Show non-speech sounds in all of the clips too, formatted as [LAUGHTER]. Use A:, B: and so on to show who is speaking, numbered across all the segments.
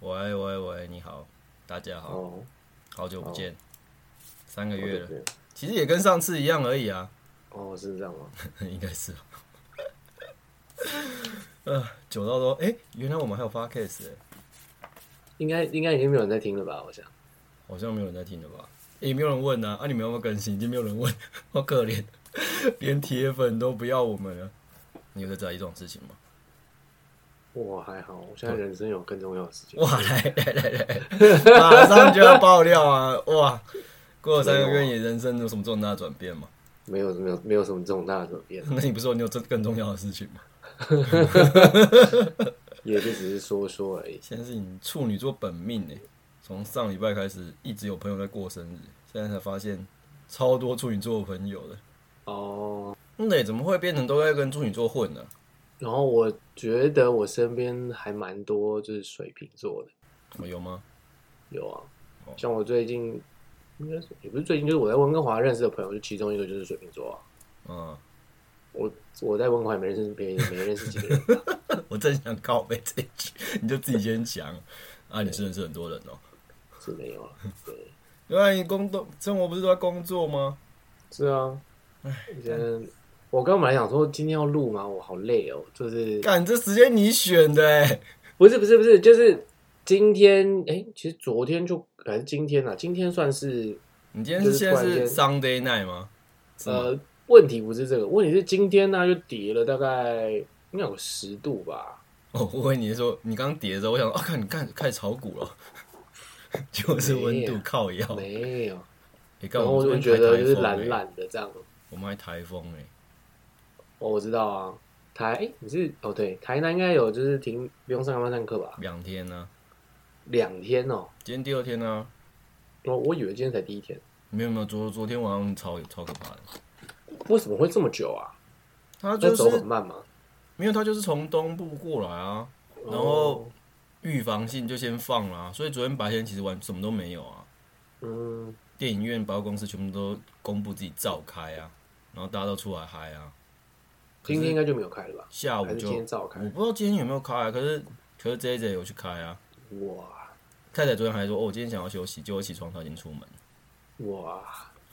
A: 喂喂喂，你好，大家好，
B: 哦，
A: 好久不
B: 好
A: 见，三
B: 好
A: 个
B: 久
A: 月
B: 不
A: 了，
B: 见
A: 其实也跟上次一样而已啊， [LAUGHS]
B: 哦，是这样吗？ [LAUGHS]
A: 应该是吧。 [LAUGHS] 呃，久到说，哎、原来我们还有发 case，、欸、
B: 应该应该已经没有人在听了吧？我想，
A: 好像没有人在听了吧？也、没有人问啊，啊，你们有没有更新？已经没有人问， [LAUGHS] 好可怜，连铁粉都不要我们了。你有在在意这种事情吗？
B: 我还好，我现在人生有更重要的事情。
A: 哇，来来来来， [LAUGHS] 马上就要爆料啊！哇，过了三个月，
B: 啊
A: 你人生有什么重大转变吗？ [LAUGHS]，
B: 没有没有没有什么重大的转变
A: 那你不是说你有这更重要的事情吗？
B: 也就只是说说而已。
A: 现在是你处女座本命呢，从上礼拜开始一直有朋友在过生日，现在才发现超多处女座的朋友的。
B: 哦，
A: 那怎么会变成都在跟处女座混呢、
B: 然后我觉得我身边还蛮多就是水瓶座的，
A: 哦有吗？
B: 有啊
A: 哦，
B: 像我最近应该是也不是最近，就是我在温哥华认识的朋友，就其中一个就是水瓶座啊。
A: 嗯，
B: 我我在温哥华也没认识别人，没认识几个人吧，
A: [LAUGHS] 我正想告白这一句， [LAUGHS] 你就自己先讲。啊，你是认识很多人哦、
B: 是没有了。对，
A: 原来你工作生活不是都在工作吗？
B: 是啊，以前我刚本来想说今天要录嘛，我好累哦，就是
A: 干，这时间你选的哎、
B: 不是不是不是，就是今天哎、其实昨天就还是今天啊，今天算是
A: 你今天是现在
B: 就是突然
A: 是
B: 间
A: Sunday night 吗？是吗
B: 呃，问题不是这个，问题是今天呢、就跌了大概应该有十度吧，
A: 哦，我以为你是说你刚叠的时候，我想啊，看你看开始炒股了， [LAUGHS] 就是温
B: 没
A: 度
B: 有
A: 靠腰。
B: 没有，
A: 欸哦干
B: 然后
A: 我
B: 我
A: 们
B: 就
A: 这边还台
B: 觉得就是
A: 风欸
B: 懒懒的这样。
A: 我们还台风哎、
B: 哦，我知道啊，台哎、你是哦对，台南应该有就是停不用上班上课吧，
A: 两天呢、
B: 两天哦，
A: 今天第二天呢、啊，
B: 我我以为今天才第一天，
A: 没有没有，昨昨天晚上超超可怕的，
B: 为什么会这么久啊？
A: 他
B: 那
A: 就
B: 走很
A: 是
B: 慢吗？
A: 没有，他就是从东部过来啊，然
B: 哦
A: 后预防性就先放啦、所以昨天白天其实完什么都没有啊，
B: 嗯，
A: 电影院、百货公司全部都公布自己照开啊，然后大家都出来嗨啊，可是
B: 今天应该就没有开了吧？
A: 下午
B: 还是
A: 就
B: 今天照开
A: 我？不知道今天有没有开、啊，可是可是 J J 有去开啊，
B: 哇
A: 太太昨天还说哦，我今天想要休息，结果起床她已经出门了。
B: 哇，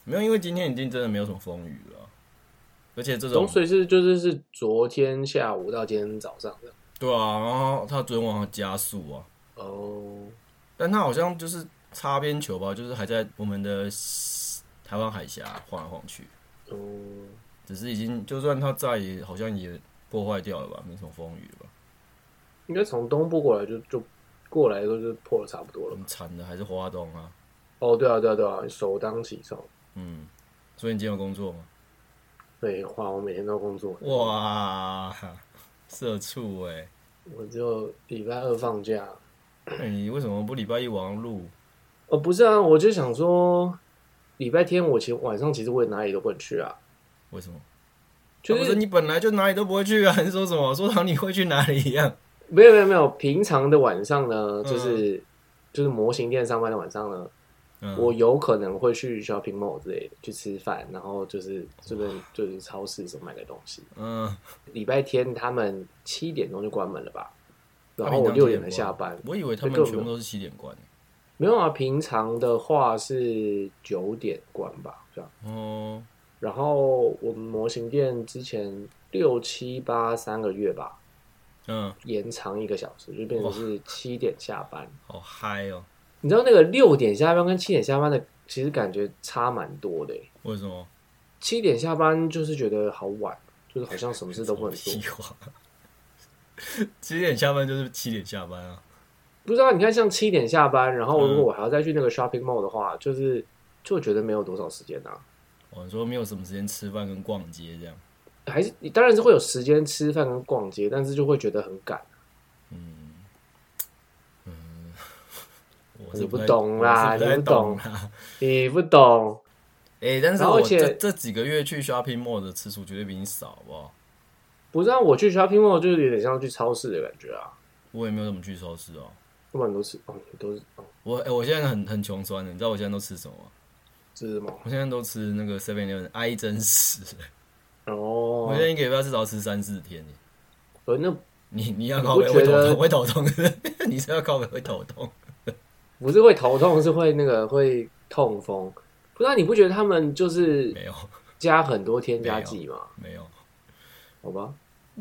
A: 没有，因为今天已经真的没有什么风雨了，而且这种
B: 总水是就是是昨天下午到今天早上的
A: 对啊，然后他昨天晚上加速啊，
B: 哦，
A: 但他好像就是擦边球吧，就是还在我们的西台湾海峡晃来晃去，
B: 嗯，
A: 只是已经就算他在也好像也破坏掉了吧，没什么风雨了吧，
B: 应该从东部过来就就过来的时候就破的差不多
A: 我
B: 了。
A: 们惨的还是花东啊，
B: 哦，对啊，对啊，对啊，首当其冲。
A: 嗯，所以你今天有工作吗？
B: 废话，我每天都工作，
A: 哇，社畜哎、
B: 我就礼拜二放假。
A: 那你为什么不礼拜一晚上录？
B: 哦，不是啊，我就想说，礼拜天我其实晚上其实我也哪里都不能去啊，
A: 为什么？
B: 就
A: 啊不
B: 是
A: 是你本来就哪里都不会去啊，你说什么？说好你会去哪里一样？
B: 没有没有没有，平常的晚上呢，
A: 嗯
B: 就是、就是模型店上班的晚上呢，
A: 嗯
B: 我有可能会去 shopping mall 之类的去吃饭，然后就是这边就是超市什么买个东西。
A: 嗯，
B: 礼拜天他们七点钟就关门了吧，然后
A: 他
B: 我
A: 们
B: 六
A: 当天
B: 点才
A: 也
B: 下
A: 关
B: 班。
A: 我以为他们
B: 这个
A: 全部都是七点关。
B: 没有啊，平常的话是九点关吧，这样。
A: 哦，
B: 然后我们模型店之前六七八三个月吧，
A: 嗯，
B: 延长一个小时，就变成是七点下班。
A: 好嗨哦！
B: 你知道那个六点下班跟七点下班的，其实感觉差蛮多的欸。
A: 为什么？
B: 七点下班就是觉得好晚，就是好像什么事都不能做。
A: 屁话。七点下班就是七点下班啊。
B: 不知道你看，像七点下班，然后
A: 嗯
B: 如果我还要再去那个 shopping mall 的话，就是就觉得没有多少时间啊。
A: 我哦说没有什么时间吃饭跟逛街这样。
B: 还是你当然是会有时间吃饭跟逛街，但是就会觉得很赶。
A: 嗯嗯，我
B: 你
A: 是
B: 不
A: 太
B: 懂啦
A: 我是不太
B: 你不
A: 懂
B: 懂
A: 啦。
B: 你不懂，
A: 哎，但是
B: 然后
A: 我
B: 而且
A: 这这几个月去 shopping mall 的次数绝对比你少，好不好？
B: 不是啊？我去 shopping mall 就是有点像去超市的感觉啊。
A: 我也没有怎么去超市哦。
B: 不然都吃哦，你都是哦，
A: 我哎，我现在很很穷酸的，你知道我现在都吃什么吗？
B: 这是什么？
A: 我现在都吃那个 Seven Eleven 爱真实。
B: 哦
A: 我，现在一个礼拜至少吃三四天耶，欸
B: 呃，那
A: 你你要靠
B: 我
A: 背会
B: 觉
A: 头
B: 得
A: 痛，会头痛， [LAUGHS] 你是要靠背会头痛。
B: 不是会头痛，是会那个会痛风。不知道你不觉得他们就是
A: 没有
B: 加很多添加剂吗？
A: 没有，
B: 好吧，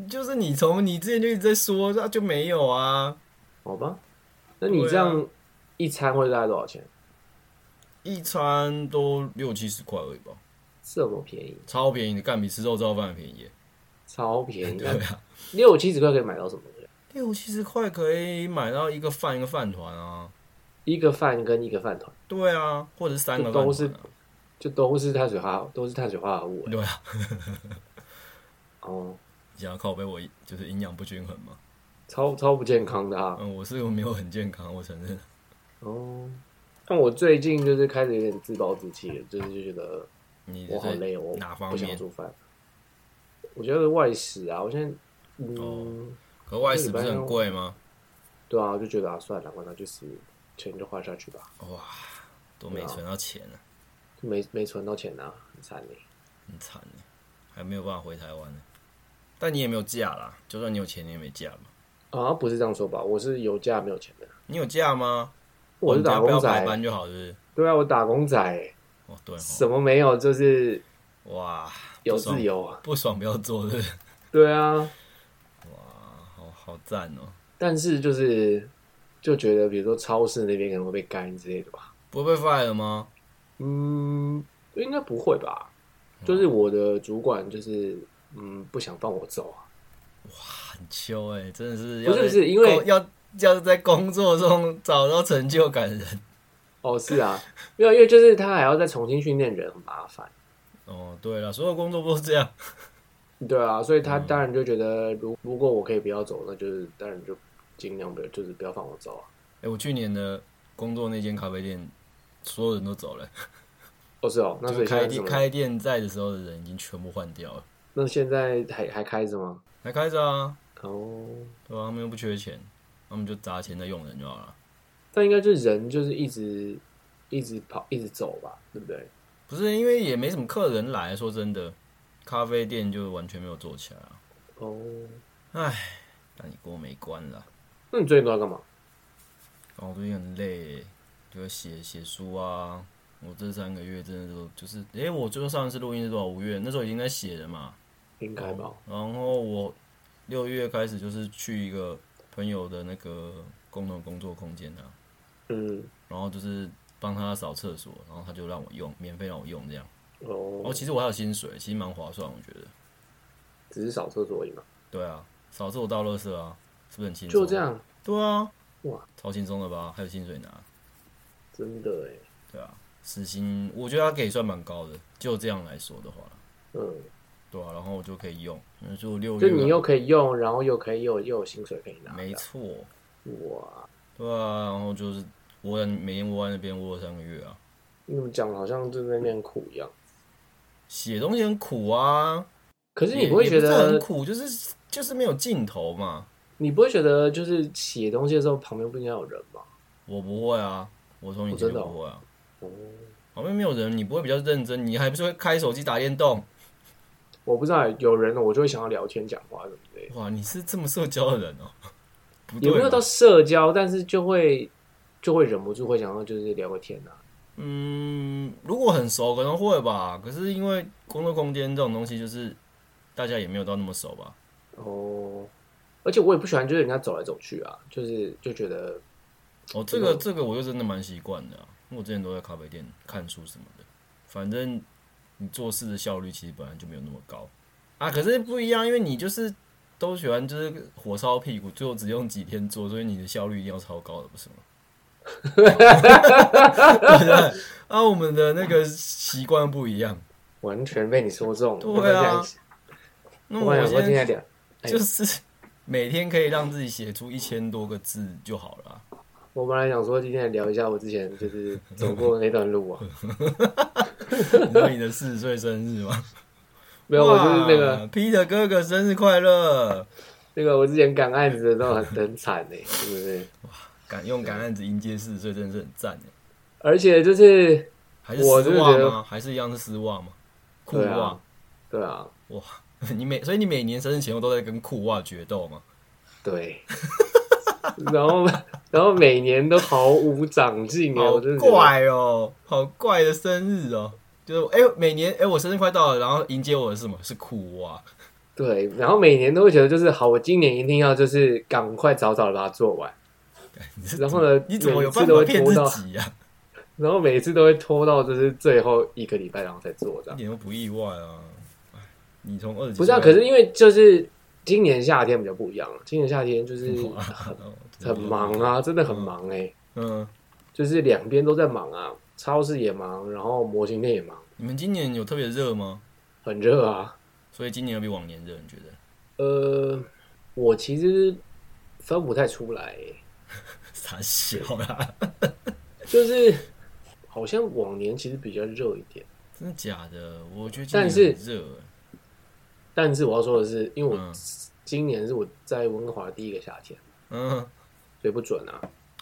A: 就是你从你之前就一直在说，那就没有啊。
B: 好吧，那你这样一餐会大概多少钱？
A: 一餐都六七十块而已吧，
B: 这么便宜，
A: 超便宜的，干比吃肉燥饭便宜耶。欸
B: 超便
A: [LAUGHS]
B: 宜，
A: 对啊，
B: 六七十块可以买到什么东西？
A: 六七十块可以买到一个饭一个饭团啊。
B: 一个饭跟一个饭团，
A: 对啊，或者是三个
B: 就
A: 饭团、啊、
B: 都是就都是碳水化合，都是碳水化合物。
A: 对啊，
B: 哦，
A: 想要靠背我就是营养不均衡嘛。
B: 超超不健康的啊。
A: 嗯，我是没有很健康，我承认。
B: 哦，但我最近就是开始有点自暴自弃了，就是就觉得
A: 你
B: 我好
A: 在
B: 累，我
A: 哪方
B: 不想
A: 面
B: 做饭。我觉得外食啊，我现在嗯，
A: 哦可外食不是很贵吗？
B: 对啊，就觉得啊，算了，管他去死，钱就花下去吧，
A: 哇，都
B: 啊
A: 没存到钱啊呢、
B: 就没没存到钱啊，很惨嘞。
A: 很惨呢，还没有办法回台湾呢。但你也没有假啦，就算你有钱，你也没假嘛。
B: 啊，不是这样说吧？我是有价没有钱的，
A: 你有假吗？
B: 我
A: 哦
B: 是
A: 你
B: 打
A: 只要不
B: 工
A: 要排
B: 仔，
A: 班就好，是不是？
B: 对啊，我打工仔，
A: 哦，对哦，
B: 什么没有，就是
A: 哇，
B: 有
A: 不爽
B: 自由啊，
A: 不爽不要做，是不是？啊
B: 对啊。
A: 好好赞哦、
B: 但是就是就觉得，比如说超市那边可能会被干之类的吧，
A: 不会被 fire 吗？
B: 嗯，应该不会吧？就是我的主管就是嗯不想放我走啊。
A: 很秋哎、真的是
B: 不
A: 要在
B: 是不是因为
A: 工要要在工作中找到成就感的人。
B: 哦，是啊，没有，因为就是他还要再重新训练人，很麻烦。
A: 哦，对了，所有工作都是这样。
B: 对啊，所以他当然就觉得，如如果我可以不要走，那就是当然就尽量不要，就是不要放我走啊。
A: 哎、我去年的工作那间咖啡店，所有人都走了、
B: 哦，是哦，那所
A: 就
B: 以现
A: 开
B: 在怎
A: 店
B: 么？
A: 开店在的时候的人已经全部换掉了，
B: 那现在还还开着吗？
A: 还开着啊，
B: 哦，
A: 对吧、他们又不缺钱，他们就砸钱在用人就好了。
B: 但应该就是人就是一直一直跑一直走吧，对不对？
A: 不是因为也没什么客人来，说真的，咖啡店就完全没有做起来啊。
B: 哦，
A: 但你锅没关了，
B: 那你最近都在干嘛？
A: 然后我最近很累，就是写写书啊。我这三个月真的都就是，诶、我最后上一次录音是多少？五月那时候已经在写了嘛。
B: 应该吧。
A: 然后我六月开始就是去一个朋友的那个共同工作空间啊，
B: 嗯，
A: 然后就是帮他扫厕所，然后他就让我用，免费让我用这样。哦，
B: 哦，
A: 其实我还有薪水，其实蛮划算，我觉得。
B: 只是扫厕所而已嘛，
A: 对啊，扫厕所倒垃圾啊，是不是很轻松？
B: 就这。样，
A: 对啊，
B: 哇，
A: 超轻松的吧？还有薪水拿，
B: 真的哎，
A: 对啊，时薪我觉得他给算蛮高的，就这样来说的话，
B: 嗯，
A: 对啊，然后我就可以用，嗯，就六
B: 就
A: 月
B: 你又可以用，然后又可以又又有薪水可以拿，
A: 没错，
B: 哇。
A: 对啊，然后就是我在每天窝在那边窝了三个月啊，
B: 你怎么讲好像就在念苦一样。写
A: 写东西很苦啊，
B: 可是
A: 也
B: 你不会觉
A: 也是很
B: 得，
A: 苦，就是就是没有尽头嘛。
B: 你不会觉得就是写东西的时候旁边不应该有人吗？
A: 我不会啊，我从以前
B: 哦真的
A: 就
B: 哦
A: 不会啊，
B: 哦，
A: 旁边没有人，你不会比较认真，你还不是会开手机打电动？
B: 我不知道，有人了我就会想要聊天、讲话什么之类的，
A: 哇，你是这么社交的人哦、不
B: 也没
A: 对
B: 有到
A: 吧，
B: 社交，但是就会就会忍不住会想要就是聊个天啊。
A: 嗯，如果很熟可能会吧，可是因为工作空间这种东西，就是大家也没有到那么熟吧。
B: 哦，而且我也不喜欢就是人家走来走去啊，就是就觉得
A: 哦，这个
B: 这个
A: 这个我就真的蛮习惯的、啊，因为我之前都在咖啡店看书什么的，反正你做事的效率其实本来就没有那么高啊。可是不一样，因为你就是都喜欢就是火烧屁股，最后只用几天做，所以你的效率一定要超高的，不是吗？ [LAUGHS] 对不对？啊，我们的那个习惯不一样。
B: 完全被你说中。
A: 对啊
B: 我本来想
A: 那
B: 我本来
A: 我
B: 想说
A: 现
B: 今天
A: 在
B: 聊，
A: [LAUGHS]
B: 哎
A: 就是每天可以让自己写出一千多个字就好了啊、
B: 我本来想说今天聊一下我之前就是走过的那段路啊。
A: 你说你的四十岁生日吗？
B: 没有，我就是那个
A: 哇 Peter 哥哥生日快乐！那
B: 那个我之前赶案子的时候很很惨呢、是不是？
A: 敢用赶案子迎接四十岁，真的是很赞的。
B: 而且就是
A: 还是
B: 我就
A: 丝
B: 是
A: 袜
B: 觉得
A: 吗？还是一样是丝袜吗？裤
B: 对啊
A: 袜
B: 啊、，对啊，
A: 哇！你每所以你每年生日前后都在跟裤袜决斗吗？
B: 对，然后然后每年都毫无长进哎，
A: 好
B: 我真的觉得
A: 怪哦，好怪的生日哦。就是哎、每年哎、我生日快到了，然后迎接我的是什么？是苦蛙。
B: 对，然后每年都会觉得就是好，我今年一定要就是赶快早早的把它做完，
A: 你是
B: 然后呢
A: 你怎么有办
B: 每次都
A: 法
B: 会
A: 骗
B: 拖
A: 自
B: 到
A: 己啊呀、
B: 然后每次都会拖到就是最后一个礼拜然后才做这
A: 一
B: 样。
A: 点都不意外啊！哎你从二十几
B: 不是啊，可
A: 岁
B: 是因为就是今年夏天比较不一样，今年夏天就是
A: 哇
B: 很忙，啊，真的很忙哎、
A: 嗯，
B: 就是两边都在忙啊，超市也忙，然后模型店也忙，
A: 你们今年有特别热吗？
B: 很热啊。
A: 所以今年要比往年热，你觉得？
B: 呃，我其实分不太出来欸、
A: 傻笑啦，
B: 就是好像往年其实比较热一点。
A: [LAUGHS] 真的假的？我觉得今
B: 但
A: 年
B: 是
A: 很热，欸
B: 但是我要说的是，因为我
A: 嗯
B: 今年是我在温哥华第一个夏天，
A: 嗯，
B: 所以不准啊。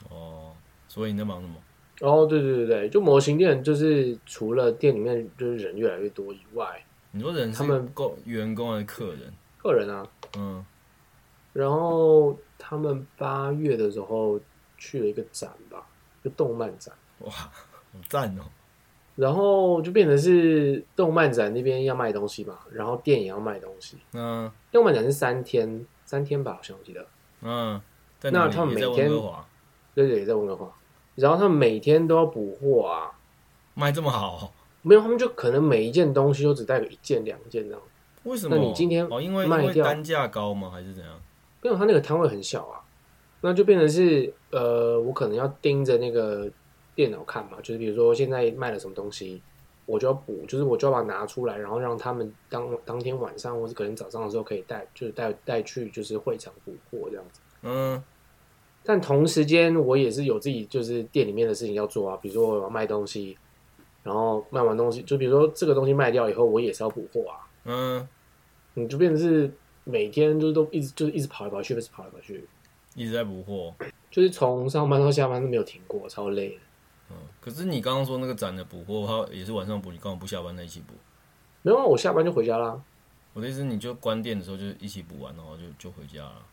A: 哦，所以你在忙什么？
B: 哦，对对对对，就模型店，就是除了店里面就是人越来越多以外，
A: 你说人是
B: 他们
A: 工员工还是客人？
B: 客人啊，
A: 嗯，
B: 然后他们八月的时候去了一个展吧，就动漫展，
A: 哇，好赞哦！
B: 然后就变成是动漫展那边要卖东西嘛，然后店也要卖东西。
A: 那
B: 动漫展是三天，三天吧，好像我记得。
A: 嗯，但
B: 那
A: 你
B: 他们
A: 也在
B: 每
A: 温
B: 天
A: 哥华
B: 对对，也在温哥华，然后他们每天都要补货啊，
A: 卖这么好，
B: 没有，他们就可能每一件东西都只带个一件、两件这样。
A: 为什么？
B: 那你今天
A: 哦，因为因
B: 卖
A: 为
B: 掉
A: 单价高吗？还是怎样？
B: 没有，他那个摊位很小啊，那就变成是呃，我可能要盯着那个电脑看嘛，就是比如说现在卖了什么东西，我就要补，就是我就要把它拿出来，然后让他们当当天晚上或者可能早上的时候可以带，就是带带去就是会场补货这样子。
A: 嗯，
B: 但同时间，我也是有自己就是店里面的事情要做啊，比如说我要卖东西，然后卖完东西，就比如说这个东西卖掉以后，我也是要补货啊。
A: 嗯，
B: 你就变成是每天就是都一直就是一直跑来跑去，一直跑来跑去，
A: 一直在补货。
B: 就是从上班到下班都没有停过，超累的。
A: 嗯，可是你刚刚说那个展的补货，它也是晚上补，你刚好不下班在一起补。
B: 没有啊，我下班就回家啦。
A: 我的意思，你就关店的时候就一起补完，然后就就回家了。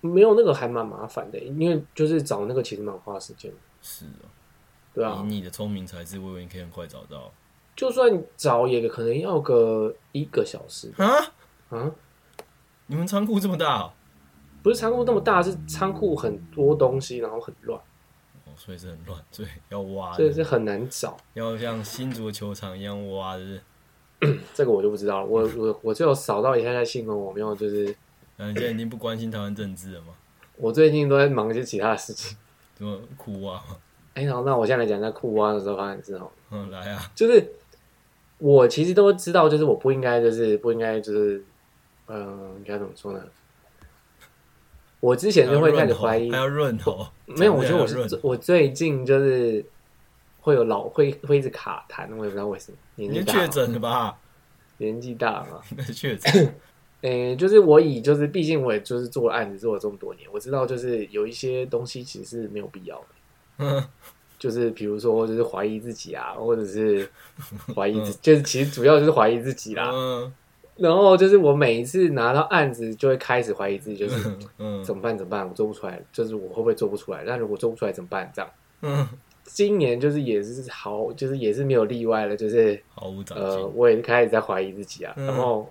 B: 没有那个还蛮麻烦的，欸因为就是找那个其实蛮花时间的，
A: 是哦，
B: 对啊
A: 以，你的聪明才智，我以为你可以很快找到
B: 就算找也可能要个一个小时
A: 啊！
B: 啊，
A: 你们仓库这么大哦，
B: 不是仓库那么大，是仓库很多东西，然后很乱，
A: 哦所以是很乱，所以要挖
B: 所以
A: 的，
B: 是很难找。
A: 要像新足球场一样挖的。是不是
B: 这个我就不知道了，我我我只有扫到一下下新闻，我没有就是
A: 那你现在已经不关心台湾政治了吗？
B: 我最近都在忙一些其他的事情。
A: 怎么哭啊？
B: 哎，好，那我现在来讲一下库挖的时候发生的事哦。
A: 嗯，来啊，
B: 就是我其实都知道，就是我不应该，就是不应该，就是嗯、呃应该怎么说呢？我之前就会开始怀疑
A: 还，要润喉，
B: 没有，我觉
A: 真
B: 得
A: 的
B: 我
A: 要润
B: 是最我最近就是会有老会会一直卡痰，我也不知道为什么，年纪
A: 你就
B: 大
A: 确
B: 嘛
A: 诊了吧？
B: 年纪大嘛，
A: 那确诊，
B: 诶、就是我以就是毕竟我也就是做案子做了这么多年，我知道就是有一些东西其实是没有必要的，
A: 嗯
B: 就是比如说就是怀疑自己啊，或者是怀疑
A: [LAUGHS]
B: 自，就是其实主要就是怀疑自己啦。
A: 嗯
B: 然后就是我每一次拿到案子，就会开始怀疑自己，就是
A: 嗯
B: 怎么办？怎么办？我做不出来，就是我会不会做不出来？那如果做不出来怎么办？这样，
A: 嗯，
B: 今年就是也是好，就是也是没有例外了，就是
A: 毫无长
B: 呃，
A: 进。
B: 我也开始在怀疑自己啊。
A: 啊嗯
B: 然后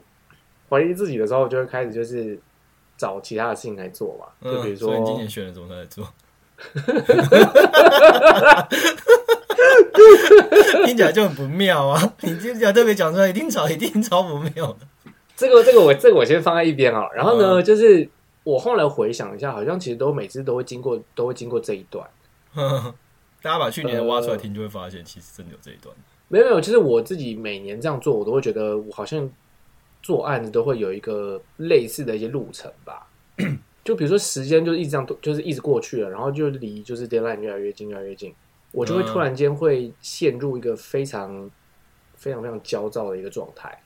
B: 怀疑自己的时候，就会开始就是找其他的事情来做嘛，
A: 嗯
B: 就比如
A: 所以你今
B: 说
A: 年选了什么来
B: [LAUGHS]
A: 做？听起来就很不妙啊！你今天讲特别讲出来，一定超一定超不妙的。
B: 这个这个我这个我先放在一边啊。然后呢，
A: 嗯
B: 就是我后来回想一下，好像其实都每次都会经过都会经过这一段。嗯
A: 大家把去年的挖出来听，就会发现其实真的有这一段。
B: 没有没有，其实我自己每年这样做，我都会觉得我好像做案子都会有一个类似的一些路程吧。就比如说时间就是一直这样，就是一直过去了，然后就离就是 deadline 越来越近，越来越近，我就会
A: 嗯
B: 突然间会陷入一个非常非常非常焦躁的一个状态。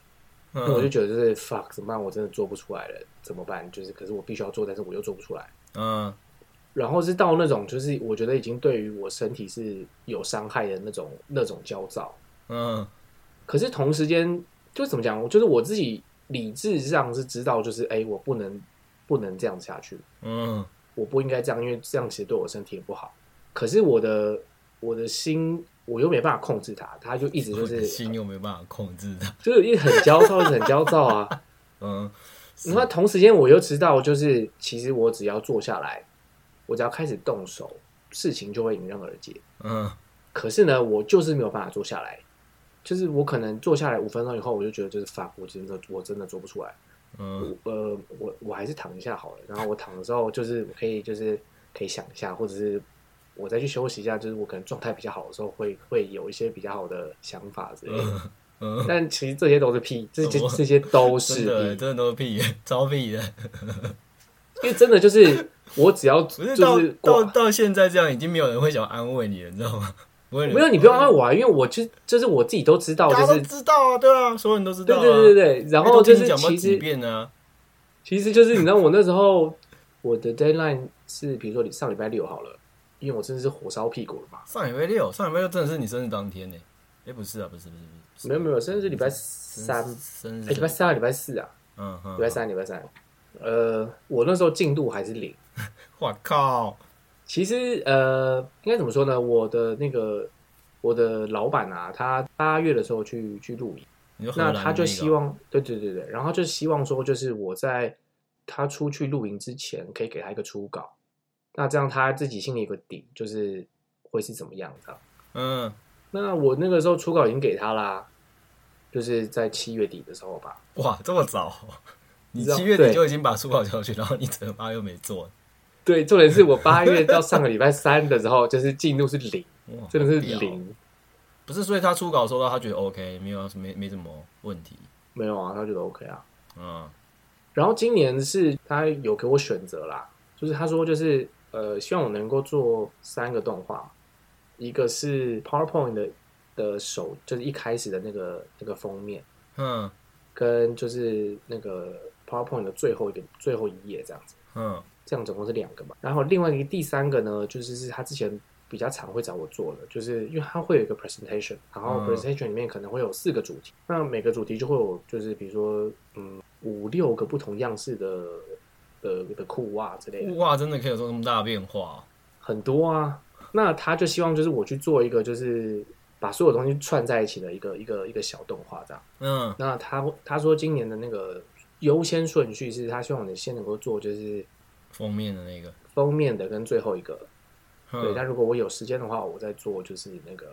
B: 那我就
A: 嗯
B: 觉得就是 fuck 怎么办？我真的做不出来了，怎么办？就是可是我必须要做，但是我又做不出来。
A: 嗯
B: 然后是到那种就是我觉得已经对于我身体是有伤害的那种那种焦躁。
A: 嗯
B: 可是同时间，就是怎么讲，就是我自己理智上是知道，就是哎、我不能不能这样下去，
A: 嗯
B: 我不应该这样，因为这样其实对我身体也不好。可是我的我的心，我又没办法控制它，它就一直就
A: 我的
B: 是
A: 心又没办法控制它，
B: 就是一直很焦躁，一直很焦躁啊。
A: 嗯， [LAUGHS] 是
B: 那同时间我又知道，就是其实我只要坐下来，我只要开始动手，事情就会迎刃而解。
A: 嗯
B: 可是呢，我就是没有办法坐下来，就是我可能坐下来五分钟以后，我就觉得就是 fuck，我真的我真的做不出来，
A: 嗯，
B: 呃，我我还是躺一下好了。然后我躺的时候，就是我可以就是可以想一下，或者是我再去休息一下，就是我可能状态比较好的时候会，会有一些比较好的想法之类的。
A: 嗯
B: 但其实这些都是屁，这些
A: 我
B: 这
A: [LAUGHS]
B: 些都
A: 真
B: 是
A: 的欸
B: 屁，
A: 真的都是屁，超屁的。
B: 因为真的就是我只要
A: 不是
B: 就
A: 到
B: 是
A: 到
B: 挂。
A: 到现在这样，已经没有人会想安慰你了，你知道吗？没有人
B: 没有，你不要安慰我啊，因为我就就是我自己都知道，
A: 大家
B: 就
A: 都
B: 是
A: 知道啊，对啊，所有人都知道
B: 对
A: 啊。
B: 对对对，然后
A: 都
B: 就
A: 听你
B: 是
A: 讲过
B: 其
A: 几
B: 实
A: 遍啊，
B: 其实就是你知道，我那时候我的 deadline 是比如说你上礼拜六好了，因为我真的是火烧屁股了嘛。
A: 上礼拜六，上礼拜六真的是你生日当天呢、哎、不是啊，不是，不是，不是，
B: 没有没有，甚至礼拜三，
A: 生日，
B: 哎，礼拜三、礼拜四啊，
A: 嗯，嗯
B: 礼拜，三、礼拜三。呃，我那时候进度还是零。
A: 我靠，
B: 其实呃，应该怎么说呢？我的那个我的老板啊，他八月的时候去去露营，
A: 你说荷
B: 那
A: 兰的
B: 他就
A: 个
B: 希望，对对对对，然后就希望说，就是我在他出去露营之前，可以给他一个初稿，那这样他自己心里有个底，就是会是怎么样的。
A: 嗯，
B: 那我那个时候初稿已经给他啦，就是在七月底的时候吧。
A: 哇，这么早，你
B: 知道
A: 七月底
B: 对
A: 就已经把书稿交去，然后你整个八月没做，
B: 对，重点是我八月到上个礼拜三的时候，就是进度是零，
A: 哇，
B: 真的是
A: 屌，哦
B: 零，
A: 不是，所以他初稿收到，他觉得 OK，没有没没什么问题，
B: 没有啊，他觉得 OK 啊。
A: 嗯
B: 然后今年是他有给我选择啦，就是他说就是呃，希望我能够做三个动画，一个是 PowerPoint 的的手，就是一开始的那个那个封面，
A: 嗯
B: 跟就是那个 PowerPoint 的最后一个最后一页这样子，
A: 嗯
B: 这样总共是两个嘛。然后另外一个第三个呢，就是是他之前比较常会找我做的，就是因为他会有一个 presentation，然后
A: 嗯
B: presentation 里面可能会有四个主题，那每个主题就会有就是比如说嗯五六个不同样式的的的裤袜之类的，
A: 哇，真的可以有这么大的变化
B: 很多啊。那他就希望就是我去做一个就是把所有东西串在一起的一个一个一个小动画这样。
A: 哦、
B: 那他他说今年的那个优先顺序是他希望你先能够做就是
A: 嗯，封面的那个，
B: 封面的跟最后一个，对。
A: 嗯
B: 但如果我有时间的话，我再做就是那个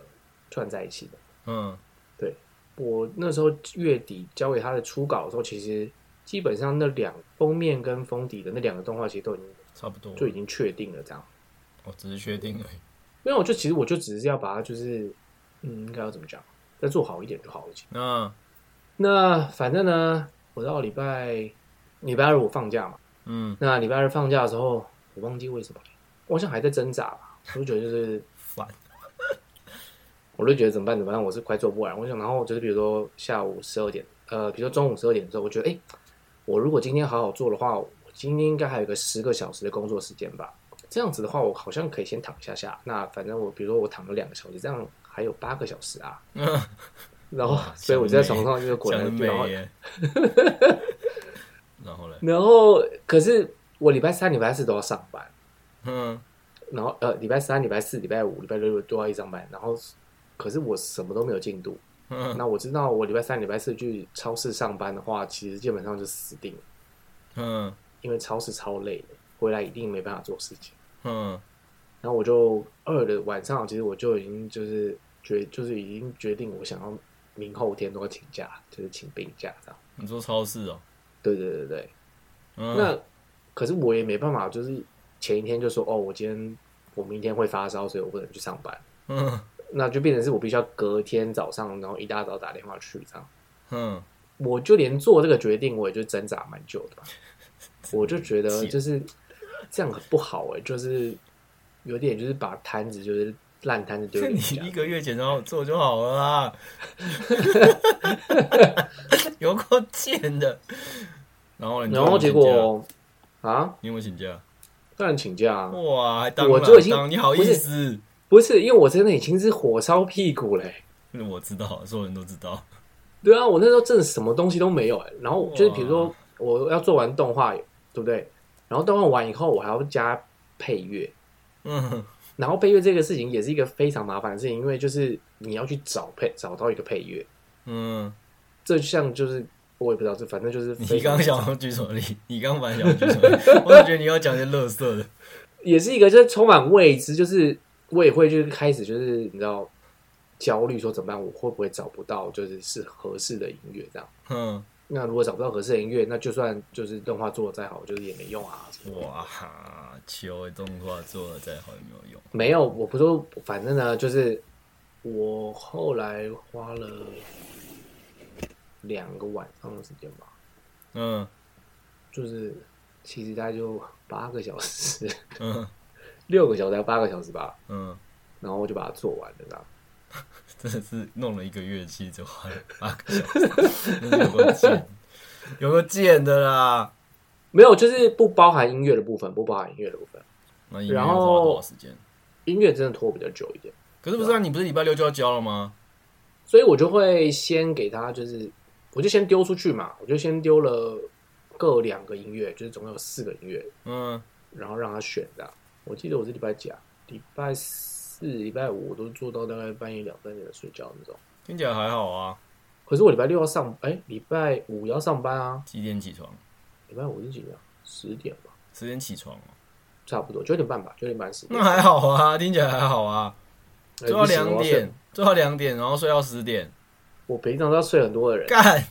B: 串在一起的。
A: 嗯
B: 我那时候月底交给他的初稿的时候，其实基本上那两封面跟封底的那两个动画其实都已经
A: 差不多，
B: 就已经确定了这样。
A: 我只是确定而已。
B: 没有，我就其实我就只是要把它就是，嗯，应该要怎么讲，再做好一点就好了。其实
A: 那
B: 那反正呢，我到礼拜礼拜二我放假嘛，
A: 嗯，
B: 那礼拜二放假的时候，我忘记为什么了，我好像还在挣扎吧。我就觉得就是，
A: 烦，
B: [LAUGHS] 我就觉得怎么办怎么办，我是快做不完。我想，然后就是比如说下午十二点，呃，比如说中午十二点的时候，我觉得，哎、我如果今天好好做的话，我今天应该还有个十个小时的工作时间吧。这样子的话，我好像可以先躺一下下。那反正我，比如说我躺了两个小时，这样还有八个小时
A: [LAUGHS]
B: 啊。
A: 嗯，
B: 然后，
A: 哇
B: 所以我就在床上就滚
A: 讲
B: 来
A: 的
B: 滚去
A: 美
B: 然后
A: 耶。 [LAUGHS] 然后嘞，
B: 然后，可是我礼拜三、礼拜四都要上班，
A: 嗯，
B: 然后呃，礼拜三、礼拜四、礼拜五、礼拜六都要一上班，然后可是我什么都没有进度。
A: 嗯
B: 那我知道我礼拜三、礼拜四去超市上班的话，其实基本上就死定了，
A: 嗯
B: 因为超市超累的，回来一定没办法做事情。
A: 嗯
B: 然后我就二的晚上，其实我就已经就是决，就是已经决定我想要明后天都要请假，就是请病假这样。
A: 你做超市哦，
B: 对对对对，
A: 嗯
B: 那可是我也没办法，就是前一天就说哦，我今天我明天会发烧，所以我不能去上班。
A: 嗯
B: 那就变成是我必须要隔天早上，然后一大早打电话去这样。
A: 嗯，
B: 我就连做这个决定，我也就挣扎蛮久
A: [LAUGHS]
B: 的吧。我就觉得就是这样很不好哎、就是有点就是把摊子就是烂摊子丢
A: 这
B: 给
A: 你
B: 人家
A: 一。个月前然后做就好了
B: [LAUGHS]
A: 啦，有够贱的。然后呢？
B: 然后结果啊，
A: 你有没有请假？
B: 当然请假啊，
A: 哇，还当
B: 我
A: 啦
B: 就已经
A: 当你好意
B: 不是
A: 思？
B: 不是因为我真的已经是火烧屁股嘞、
A: 嗯我知道，所有人都知道。
B: 对欸啊，我那时候真的什么东西都没有哎、然后就是比如
A: 哇
B: 说我要做完动画，对不对？然后动画完以后，我还要加配乐，
A: 嗯，
B: 然后配乐这个事情也是一个非常麻烦的事情，因为就是你要去找配找到一个配乐，
A: 嗯，
B: 这项就是我也不知道，这反正就是
A: 你
B: 非
A: 刚
B: 常
A: 刚想要举什么例？你刚本来想要举什么例？我就觉得你要讲些乐色的。
B: 也是一个就是充满未知，就是我也会就是开始就是你知道焦虑说怎么办，我会不会找不到就是是合适的音乐这样。
A: 嗯，
B: 那如果找不到合适的音乐，那就算就是动画做的再好，就是也没用啊。
A: 哇哈，球动画做的再好也没有用。
B: 没有，我不说，反正呢，就是我后来花了两个晚上的时间吧，
A: 嗯
B: 就是其实大概就八个小时， [LAUGHS]
A: 嗯
B: 六个小时还八个小时吧，
A: 嗯，
B: 然后我就把它做完了，这样。
A: 真的是弄了一个乐器就花了八个小时，真是有个贱，有个贱的啦。
B: 没有，就是不包含音乐的部分，不包含音乐的部分。
A: 那音乐
B: 然
A: 花
B: 后
A: 多少时间？
B: 音乐真的拖比较久一点，
A: 可是不是啊？你不是礼拜六就要交了吗？
B: 所以我就会先给他，就是我就先丢出去嘛，我就先丢了各两个音乐，就是总共有四个音乐，
A: 嗯
B: 然后让他选的。我记得我是礼拜几啊？礼拜四、礼拜五我都做到大概半夜两三点睡觉那种。
A: 听起来还好啊。
B: 可是我礼拜六要上，哎、礼拜五要上班啊。
A: 几点起床？
B: 礼拜五是几点啊？十点吧，
A: 十点起床哦、
B: 差不多九点半吧，九点半十点
A: 那。还好啊，听起来还好啊。
B: 哎
A: 做到
B: 不行
A: 两
B: 我要睡
A: 点，做到两点，然后睡到十点，
B: 我平常都要睡很多的人，
A: 干，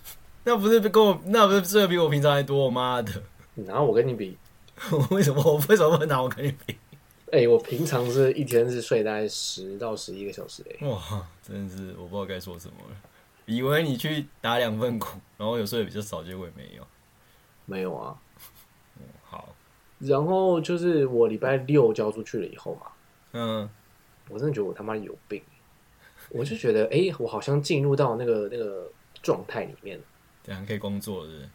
A: 那不是跟我，那不是睡得比我平常还多，我妈的，
B: 然后我跟你比，
A: 我为什么我为什么不拿我跟你比？
B: 哎、我平常是一天是睡大概十到十一个小时、
A: [LAUGHS]
B: 哎，
A: 哇，真的是我不知道该说什么了。以为你去打两份工，然后有睡得比较少，结果也没有。
B: 没有啊。
A: 好，
B: 然后就是我礼拜六交出去了以后嘛，
A: 嗯，
B: 我真的觉得我他妈有病，我就觉得哎、我好像进入到那个那个状态里面，
A: 这样可以工作是不是？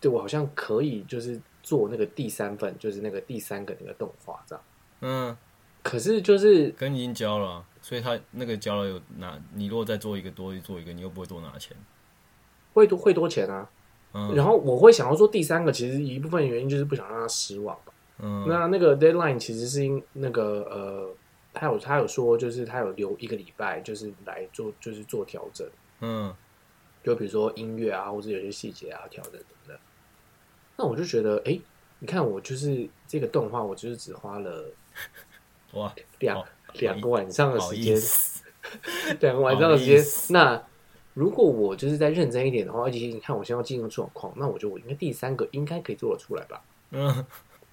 B: 对我好像可以就是做那个第三份，就是那个第三个那个动画这样。
A: 嗯，
B: 可是就是
A: 跟你已经交了啊、所以他那个交了有拿，你如果再做一个多做一个，你又不会多拿钱。
B: 会多会多钱啊，
A: 嗯
B: 然后我会想要做第三个，其实一部分原因就是不想让他失望吧。
A: 嗯
B: 那那个 deadline 其实是因那个呃，他有他有说，就是他有留一个礼拜，就是来做就是做调整，
A: 嗯，
B: 就比如说音乐啊，或者有些细节啊调整等等。那我就觉得，哎、你看我就是这个动画，我就是只花了
A: 哇，
B: 两
A: 好
B: 两个晚上的
A: 哦好
B: 时
A: 意
B: 间，
A: 思，
B: [LAUGHS] 两个晚上的时间
A: 好意。思
B: 那如果我就是再认真一点的话，而且你看我现在要进入状况，那我觉得我应该第三个应该可以做得出来吧。
A: 嗯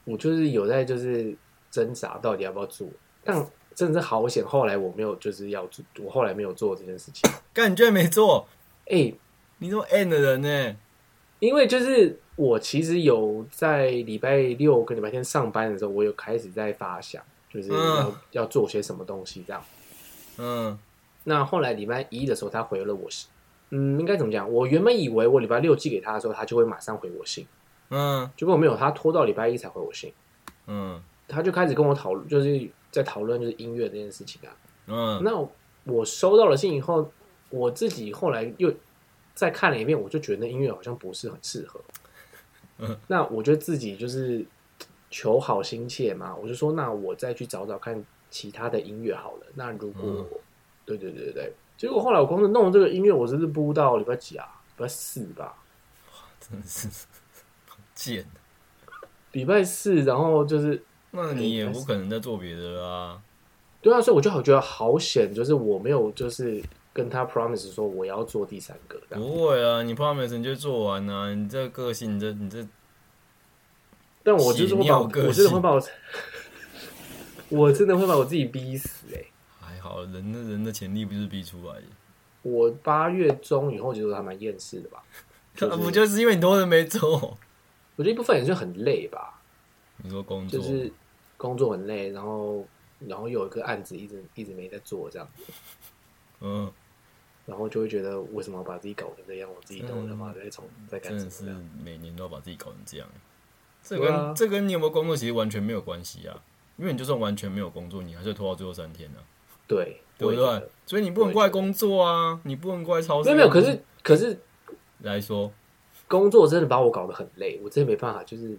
B: 我就是有在就是挣扎，到底要不要做。但真的是好险，后来我没有就是要做，我后来没有做这件事情。
A: 干，你居然没做，
B: 哎、
A: 你这么 N 的人呢、
B: 因为就是我其实有在礼拜六跟礼拜天上班的时候，我有开始在发想，就是要、
A: 嗯
B: 要做些什么东西这样。
A: 嗯
B: 那后来礼拜一的时候，他回了我信，嗯，应该怎么讲？我原本以为我礼拜六寄给他的时候，他就会马上回我信，
A: 嗯
B: 结果没有，他拖到礼拜一才回我信。
A: 嗯
B: 他就开始跟我讨论，就是在讨论就是音乐这件事情啊。
A: 嗯，
B: 那我收到了信以后，我自己后来又再看了一遍，我就觉得那音乐好像不是很适合。
A: 嗯
B: 那我就自己就是求好心切嘛，我就说那我再去找找看其他的音乐好了。那如果、
A: 嗯
B: 对对对对对，结果后来我光是弄这个音乐，我真是播到礼拜几啊？礼拜四吧，
A: 真的是 [LAUGHS] 好贱。啊
B: 礼拜四，然后就是
A: 那你也不可能再做别的啦、
B: 对啊，所以我就好觉得好险，就是我没有就是跟他 promise 说我要做第三个这样。
A: 不会啊，你 promise 你就做完啊，你这个性，你这你这，
B: 但我就是会把
A: 血尿
B: 我，
A: 个性
B: 我真的会把我， [LAUGHS] 我真的会把我自己逼死哎、
A: 还好，人的人的潜力不是逼出来的，
B: 我八月中以后其实我还蛮厌世的吧，就是
A: 啊不就是因为你多人没做？
B: 我觉得一部分也是很累吧，
A: 你说工作，
B: 就是工作很累，然后然后又有一个案子一直一直没在做这样，
A: 嗯，
B: 然后就会觉得为什么要把自己搞成这样，我自己都他妈在从在干
A: 嗯真
B: 什
A: 的
B: 么
A: 是
B: 这样？
A: 每年都要把自己搞成这样，这
B: 对
A: 跟、
B: 啊
A: 这跟你有没有工作其实完全没有关系啊，因为你就算完全没有工作，你还是拖到最后三天呢、啊。
B: 对，
A: 对不
B: 我也觉
A: 对
B: 得？
A: 所以你不能怪工作啊，你不能怪超市。
B: 没有没有，可是可是
A: 来说，
B: 工作真的把我搞得很累，我真的没办法，就是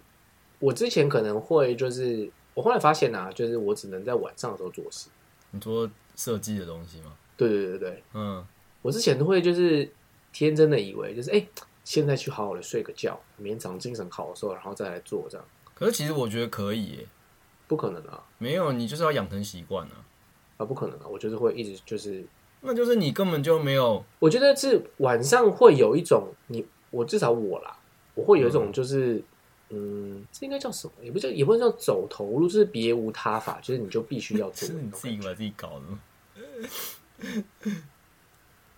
B: 我之前可能会就是，我后来发现啊，就是我只能在晚上的时候做事。
A: 你说设计的东西吗？
B: 对对对对，
A: 嗯，
B: 我之前都会就是天真的以为就是哎、现在去好好的睡个觉，明天早上精神好的时候，然后再来做这样，
A: 可是其实我觉得可以耶，
B: 不可能啊
A: 没有你就是要养成习惯啊，
B: 啊，不可能啊！我就是会一直就是，
A: 那就是你根本就没有
B: 我觉得是晚上会有一种你我至少我啦，我会有一种就是。嗯，这应该叫什么？也不叫，也不能叫走投无路，就是别无他法，就是你就必须要做
A: 是
B: 那种
A: 你
B: 感觉。
A: 自己把自己搞的 [LAUGHS] 吗？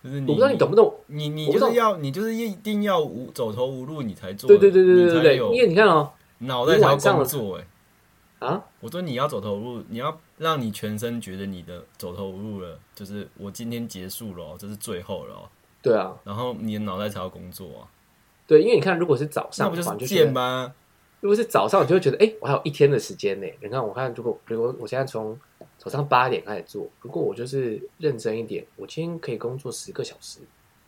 A: 就是你，
B: 我不知道你懂不懂？
A: 你你
B: 我不
A: 就
B: 懂
A: 是要你就是一定要无走投无路，你才做，
B: 对对对对
A: 你才
B: 对对
A: 有
B: 对，因为你看哦，
A: 脑袋才要
B: 你晚上
A: 工
B: 的
A: 作哎。
B: 啊，
A: 我说你要走投无路，你要让你全身觉得你的走投无路了，就是我今天结束了哦、这是最后了哦、
B: 对啊，
A: 然后你的脑袋才要工作啊，
B: 对，因为你看，如果是早
A: 那
B: 上
A: 不
B: 的话，
A: 是
B: 你就觉
A: 贱
B: 得，
A: 吗？
B: 如果是早上，你就会觉得，哎、我还有一天的时间呢。你看，我看，如果如果我现在从早上八点开始做，如果我就是认真一点，我今天可以工作十个小时，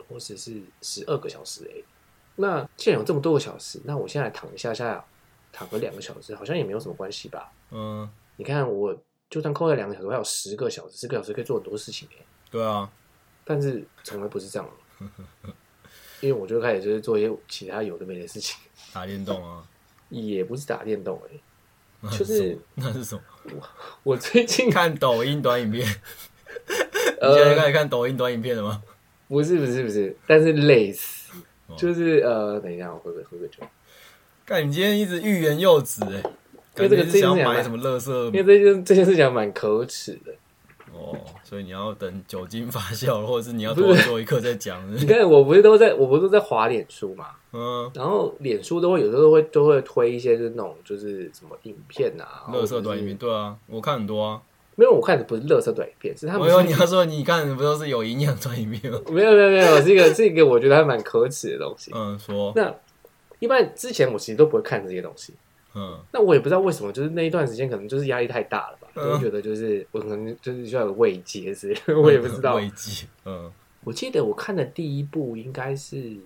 B: 或者是十二个小时哎。那既然有这么多个小时，那我现在躺一下下，躺个两个小时，好像也没有什么关系吧？
A: 嗯，
B: 你看，我就算扣掉两个小时，我还有十个小时，十个小时可以做很多事情哎。
A: 对啊，
B: 但是从来不是这样的，因为我就开始就是做一些其他有的没的事情，
A: 打电动啊，
B: 也不是打电动哎、
A: 那
B: 就是
A: 什
B: 是
A: 么 [LAUGHS] 那是什么？
B: 我最近
A: 看抖音短影片，你现在
B: 呃
A: 开始看抖音短影片了吗？ [LAUGHS]
B: 不是不是不是，但是累死
A: 哦，
B: 就是呃等一下我喝个喝个酒，
A: 看你今天一直欲言又止哎、
B: 因为
A: 感
B: 这个
A: 觉是想
B: 这
A: 要
B: 个
A: 买什么乐色
B: 因为这件这件事情还蛮可耻的。
A: 哦，所以你要等酒精发酵， [LAUGHS] 或者是你要
B: 不
A: 多
B: 是
A: 做一刻再
B: [LAUGHS]
A: 讲。是不
B: 你
A: 是
B: 看我不是都在我不是都在滑脸书嘛，
A: 嗯，
B: 然后脸书都会有时候都会都会推一些就是那种就是什么影片啊，
A: 乐
B: 或者
A: 色
B: 是
A: 短影片，，对啊，我看很多啊。
B: 没有我看的不是乐色短影片，是他们
A: 我以为
B: 是
A: 你要说你看的不都是有营养短影片
B: [LAUGHS]
A: 吗？
B: 没有没有没有，这个这个我觉得还蛮可耻的东西。
A: 嗯，说，
B: 那一般之前我其实都不会看这些东西，
A: 嗯，
B: 那我也不知道为什么，就是那一段时间可能就是压力太大了吧，
A: 嗯
B: 就会觉得就是我可能就是需要有慰藉之类的， [LAUGHS] 我也不知道。
A: 慰藉，嗯，
B: 我记得我看的第一部应该是，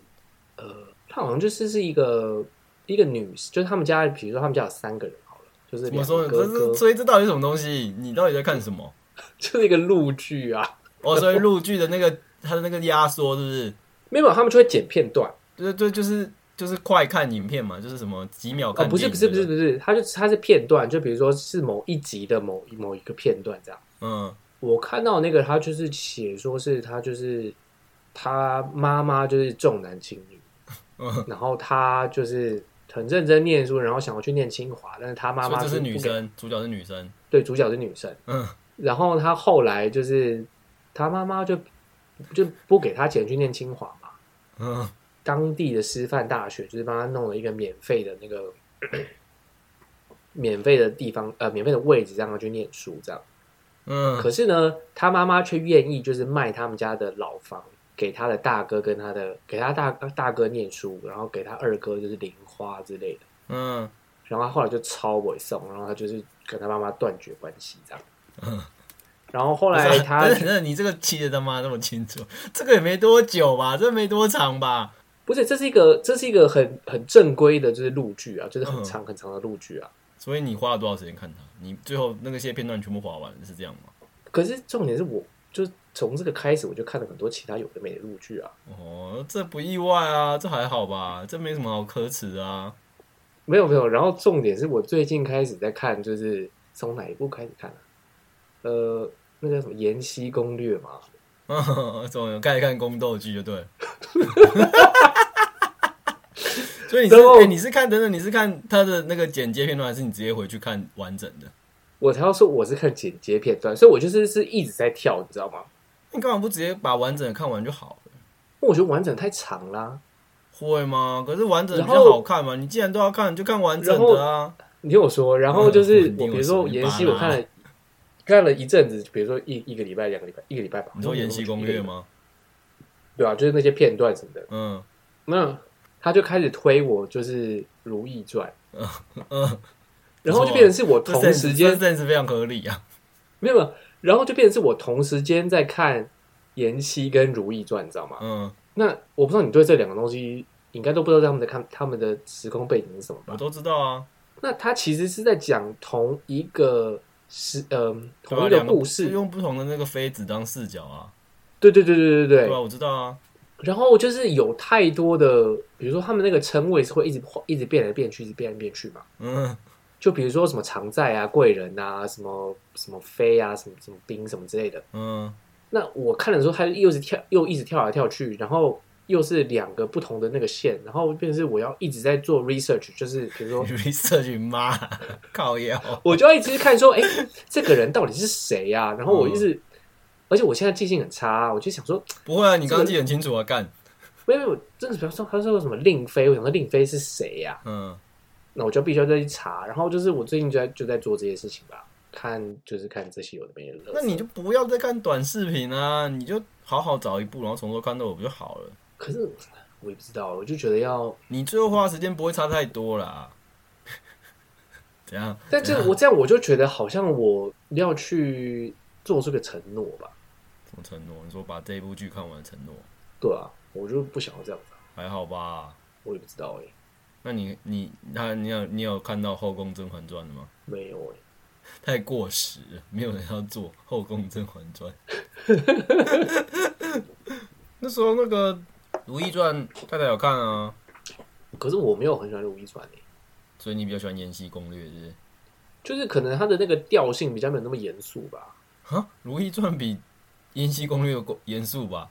B: 呃，它好像就是是一个一个女，就是他们家，比如说他们家有三个人好了，就是
A: 怎么
B: 两
A: 说
B: 个
A: 呢？
B: 哥
A: 这是
B: 哥，
A: 所以这到底是什么东西？你到底在看什么？
B: [LAUGHS] 就是一个陆剧啊，
A: 哦，所以陆剧的那个它的那个压缩是不是？
B: 没有，他们就会剪片段。
A: 对对，就是就是快看影片嘛，就是什么几秒
B: 哦，
A: 看
B: 不是
A: 电影
B: 不是不是
A: 的，
B: 不是，它就它是片段，就比如说是某一集的某某一个片段这样。
A: 嗯，
B: 我看到那个他就是写说是他就是他妈妈就是重男轻女，
A: 嗯
B: 然后他就是很认真念书，然后想要去念清华，但是他妈
A: 所以
B: 妈
A: 这
B: 是
A: 是
B: 不
A: 女
B: 给，
A: 生，主角是女生，
B: 对，主角是女生。
A: 嗯，
B: 然后他后来就是他妈妈就就不给他钱去念清华嘛，
A: 嗯，
B: 当地的师范大学就是帮他弄了一个免费的那个 [COUGHS] 免费的地方，呃，免费的位置让他去念书这样。
A: 嗯，
B: 可是呢，他妈妈却愿意就是卖他们家的老房给他的大哥跟他的给他大呃大哥念书，然后给他二哥就是零花之类的。
A: 嗯，
B: 然后他后来就超委送，然后他就是跟他妈妈断绝关系这样。
A: 嗯
B: [LAUGHS] 然后后
A: 不是
B: 来
A: 啊
B: 他
A: 等等等等，你这个记得他妈那么清楚， [LAUGHS] 这个也没多久吧，这没多长吧？
B: 不是，这是一个这是一个很很正规的，就是录剧啊，就是很
A: 嗯
B: 长很长的录剧啊。
A: 所以你花了多少时间看它？你最后那个些片段全部划完是这样吗？
B: 可是重点是我就是从这个开始，我就看了很多其他有的没的录剧啊。
A: 哦，这不意外啊，这还好吧，这没什么好可耻的啊。 [LAUGHS]
B: 没有没有，然后重点是我最近开始在看，就是从哪一部开始看啊？呃，那叫什么《延禧攻略》嘛。
A: 总有开始看宫斗剧就对了。 [LAUGHS] 所以你是、
B: 然后
A: 哎你是看等等你是看他的那个剪接片段，还是你直接回去看完整的？
B: 我才要说我是看剪接片段，所以我就是是一直在跳，你知道吗？
A: 你干嘛不直接把完整的看完就好了？
B: 因为我觉得完整太长啦。
A: 会吗？可是完整的比
B: 然
A: 较
B: 后
A: 好看嘛。你既然都要看，你就看完整的啊。
B: 你听我说，然后就是
A: 嗯 [LAUGHS] 你听
B: 我
A: 我
B: 比如说
A: 说
B: 《
A: 你
B: 延禧》，
A: 把
B: 我
A: 它
B: 看了看了一阵子，比如说一一个礼拜、两个礼拜、一个礼拜吧。
A: 你说《延禧攻略》
B: 吗？
A: 吗？
B: 对啊，就是那些片段什么的。
A: 嗯
B: 那他就开始推我，就是《如懿传》，
A: 嗯，
B: 然后
A: 不错
B: 就
A: 啊
B: 变成是我
A: 这
B: 同
A: sense-
B: 时间
A: 这 sense 非常合理啊。
B: 没有，没有，然后就变成是我同时间在看《延禧》跟《如懿传》，你知道吗？
A: 嗯，
B: 那我不知道你对这两个东西应该都不知道他们在看他们的时空背景是什么
A: 我
B: 吧？
A: 都知道啊。
B: 那他其实是在讲同一个是呃
A: 对
B: 同
A: 吧？
B: 一个
A: 两
B: 故事，
A: 用不同的那个妃子当视角啊，
B: 对对对对对
A: 对
B: 对
A: 吧？。我知道啊，
B: 然后就是有太多的，比如说他们那个称谓是会一直一直变来变去，一直变来变去嘛。
A: 嗯，
B: 就比如说什么常在啊、贵人啊、什么什么妃啊、什么什么兵什么之类的。
A: 嗯，
B: 那我看的时候，他又是跳，又一直跳来跳去，然后又是两个不同的那个线，然后变成是我要一直在做 research，就是比如说
A: [LAUGHS] research 妈靠腰，
B: 我就要一直看说，哎、这个人到底是谁呀、然后我一直，而且我现在记性很差，我就想说，
A: 不会啊，你刚刚记得很清楚啊，干，
B: 没有，没有我真的不要说，他说什么令妃，我想说令妃是谁呀、
A: 嗯，
B: 那我就必须要再去查。然后就是我最近就在就在做这些事情吧，看就是看这些有的没的。
A: 那你就不要再看短视频啊，你就好好找一部，然后从头看到尾不就好了？
B: 可是我也不知道，我就觉得要，
A: 你最后花的时间不会差太多啦。 [LAUGHS] 怎样？
B: 但这我这样我就觉得好像我要去做出个承诺吧，
A: 什么承诺？你说把这一部剧看完的承诺，
B: 对啊，我就不想要这样子啊，
A: 还好吧？
B: 我也不知道哎、
A: 那你你那你有你有看到《后宫甄嬛传》的吗？
B: 没有哎、
A: 太过时了，没有人要做《后宫甄嬛传》。 [LAUGHS] 那时候那个《如懿传》，大家有看啊，
B: 可是我没有很喜欢《如懿传》哎，
A: 所以你比较喜欢《延禧攻略》是不是？
B: 就是可能它的那个调性比较没有那么严肃吧。
A: 啊，《如懿传》比《延禧攻略》过严肃吧？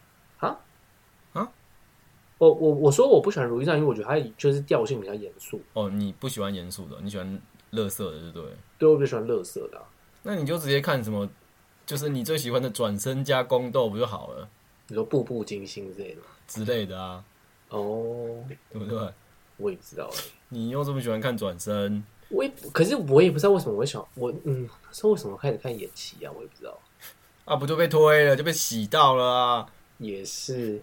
B: 我我我说我不喜欢《如懿传》，因为我觉得它就是调性比较严肃，
A: 哦，你不喜欢严肃的，你喜欢乐色的，对不对了？
B: 对我比较喜欢乐色的啊、
A: 那你就直接看什么，就是你最喜欢的转身加宫斗不就好了
B: 你说步步惊心之类的吗
A: 之类的啊，
B: 哦，
A: 对不对？
B: 我也不知道哎、
A: 你又这么喜欢看转身，
B: 我也可是我也不知道为什么我会想我嗯，是为什么开始看延期啊？我也不知道，
A: 啊，不就被推了，就被洗到了啊！
B: 也是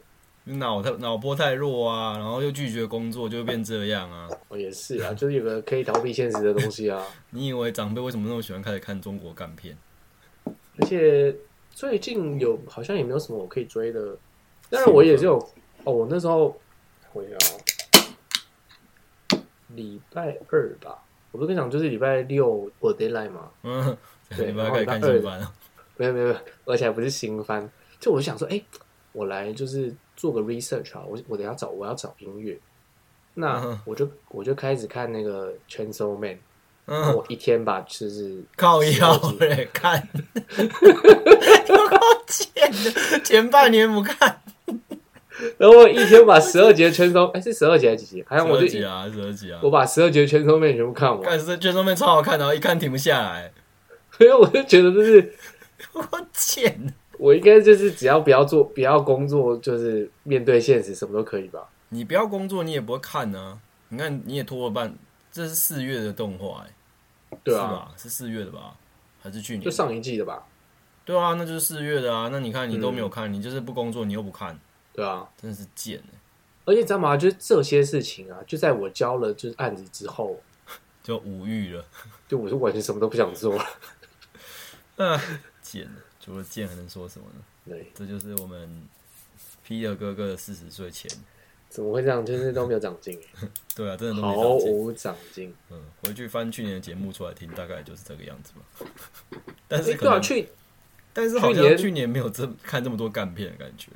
A: 脑太脑波太弱啊，然后又拒绝工作，就会变这样啊！
B: 我也是啊，就是有个可以逃避现实的东西啊。 [LAUGHS]
A: 你以为长辈为什么那么喜欢开始看中国干片？
B: 而且最近有好像也没有什么我可以追的，当然我也是有哦，我那时候我要礼拜二吧，我不是跟你讲就是礼拜六我
A: [LAUGHS]
B: deadline 嘛，
A: 嗯，
B: 对
A: 你不要开始看新番啊！
B: 没有没有，没有而且还不是新番，就我就想说，哎、我来就是做个 research 啊，我我等一下找我要找音乐，
A: 嗯
B: 那我就我就开始看那个《Chainsaw Man》，
A: 嗯，
B: 我一天吧，就是
A: 靠腰嘞，
B: [LAUGHS]
A: 看， [LAUGHS] 有够贱的，前半年不看，
B: 然后我一天把十二节《Chainsaw》哎是十二节还是几节？好像我
A: 十
B: 就
A: 二
B: 一
A: 集啊，十二集啊
B: 我，把十二节《Chainsaw Man》全部看 [LAUGHS] 完，
A: 看这卷上面超好看，然后一看停不下来， [LAUGHS]
B: 所以我就觉得就是
A: 有够贱的。
B: 我应该就是只要不要做不要工作，就是面对现实什么都可以吧。
A: 你不要工作，你也不会看啊。你看，你也拖了半，这是四月的动画、欸，
B: 对
A: 是
B: 啊，
A: 吧？是四月的吧？还是去年？
B: 就上一季的吧，
A: 对啊，那就是四月的啊。那你看，你都没
B: 嗯
A: 有看，你就是不工作，你又不看，
B: 对啊。
A: 真的是贱、欸。
B: 而且你知道吗？就是这些事情啊，就在我交了就是案子之后，
A: 就无欲了，
B: 就我是完全什么都不想做。 [LAUGHS]
A: 啊， [LAUGHS] 贱了。除了贱还能说什么呢？
B: 对，
A: 这就是我们 Peter 哥哥的四十岁前。
B: 怎么会这样？就是都没有长进，欸
A: 对啊， [LAUGHS] 真的都没
B: 毫
A: 长进。
B: 无长进。
A: 嗯，回去翻去年的节目出来听，大概就是这个样子吧。 [LAUGHS] 但
B: 哎，
A: 是可
B: 对啊，
A: 能，
B: 去
A: 但是好
B: 去
A: 像
B: 年
A: 去年没有这看这么多干片的感觉。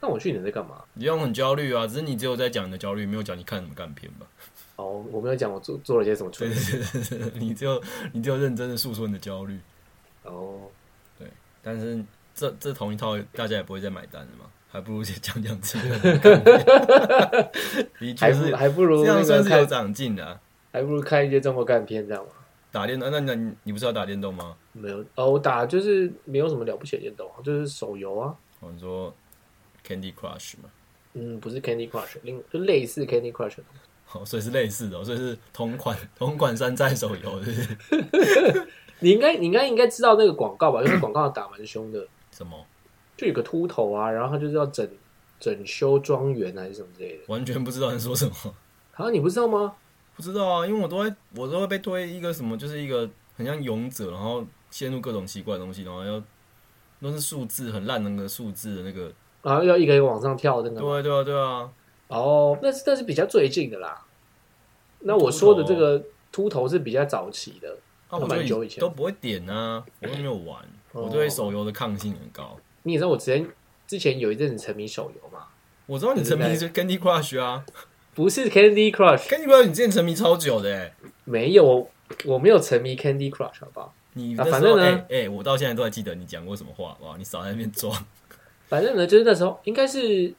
B: 那我去年在干嘛？
A: 你这样很焦虑啊，只是你只有在讲你的焦虑，没有讲你看什么干片吧？ [LAUGHS]
B: 哦，我没有讲我做做了些什么蠢
A: 对
B: 事。
A: 对对，你只有你只有认真的诉说你的焦虑，
B: 哦，
A: 但是这这同一套大家也不会再买单的嘛，还不如先讲讲自己的的
B: 还
A: 确
B: 不
A: 是
B: 还不如
A: 这
B: 那
A: 样
B: 个
A: 算是有
B: 看，
A: 长进的啊、
B: 还不如看一些中国干片这样嘛。
A: 打电动，那那你你不是要打电动吗？
B: 没有哦，我打就是没有什么了不起的电动啊，就是手游啊，
A: 我们哦说 Candy Crush 嘛，
B: 嗯，不是 Candy Crush，另就类似 Candy Crush 的
A: 哦，所以是类似的哦、所以是同款同款山寨手游，是不是
B: 你应该你应该应该知道那个广告吧？因为广告打蛮凶的，
A: 什么
B: 就有个秃头啊，然后他就是要整整修庄园还是什么之类的。
A: 完全不知道在说什么。
B: 好、像你不知道吗？
A: 不知道啊，因为我都会我都会被推一个什么，就是一个很像勇者，然后陷入各种奇怪的东西，然后要都是数字很烂的那个数字的那个，
B: 然后要一个人往上跳的那个
A: 对
B: 吗。
A: 啊对啊对啊，
B: 哦，那是那是比较最近的啦。那我说的这个秃头是比较早期的，
A: 啊，我
B: 蛮
A: 就
B: 久
A: 以
B: 以前哦
A: 都不会点啊，我都没有玩，我对手游的抗性很高。
B: 你也知道我之前之前有一阵子沉迷手游嘛，
A: 我知道你沉迷是 Candy Crush 啊
B: 不是 Candy Crush，
A: ，Candy Crush 你之前沉迷超久的、欸，
B: 没有我我没有沉迷 Candy Crush，好不好？
A: 你
B: 啊
A: 那
B: 反
A: 时候
B: 正呢
A: 哎哎、欸我到现在都还记得你讲过什么话，哇，你少在那边装。
B: 反正呢，就是那时候应该是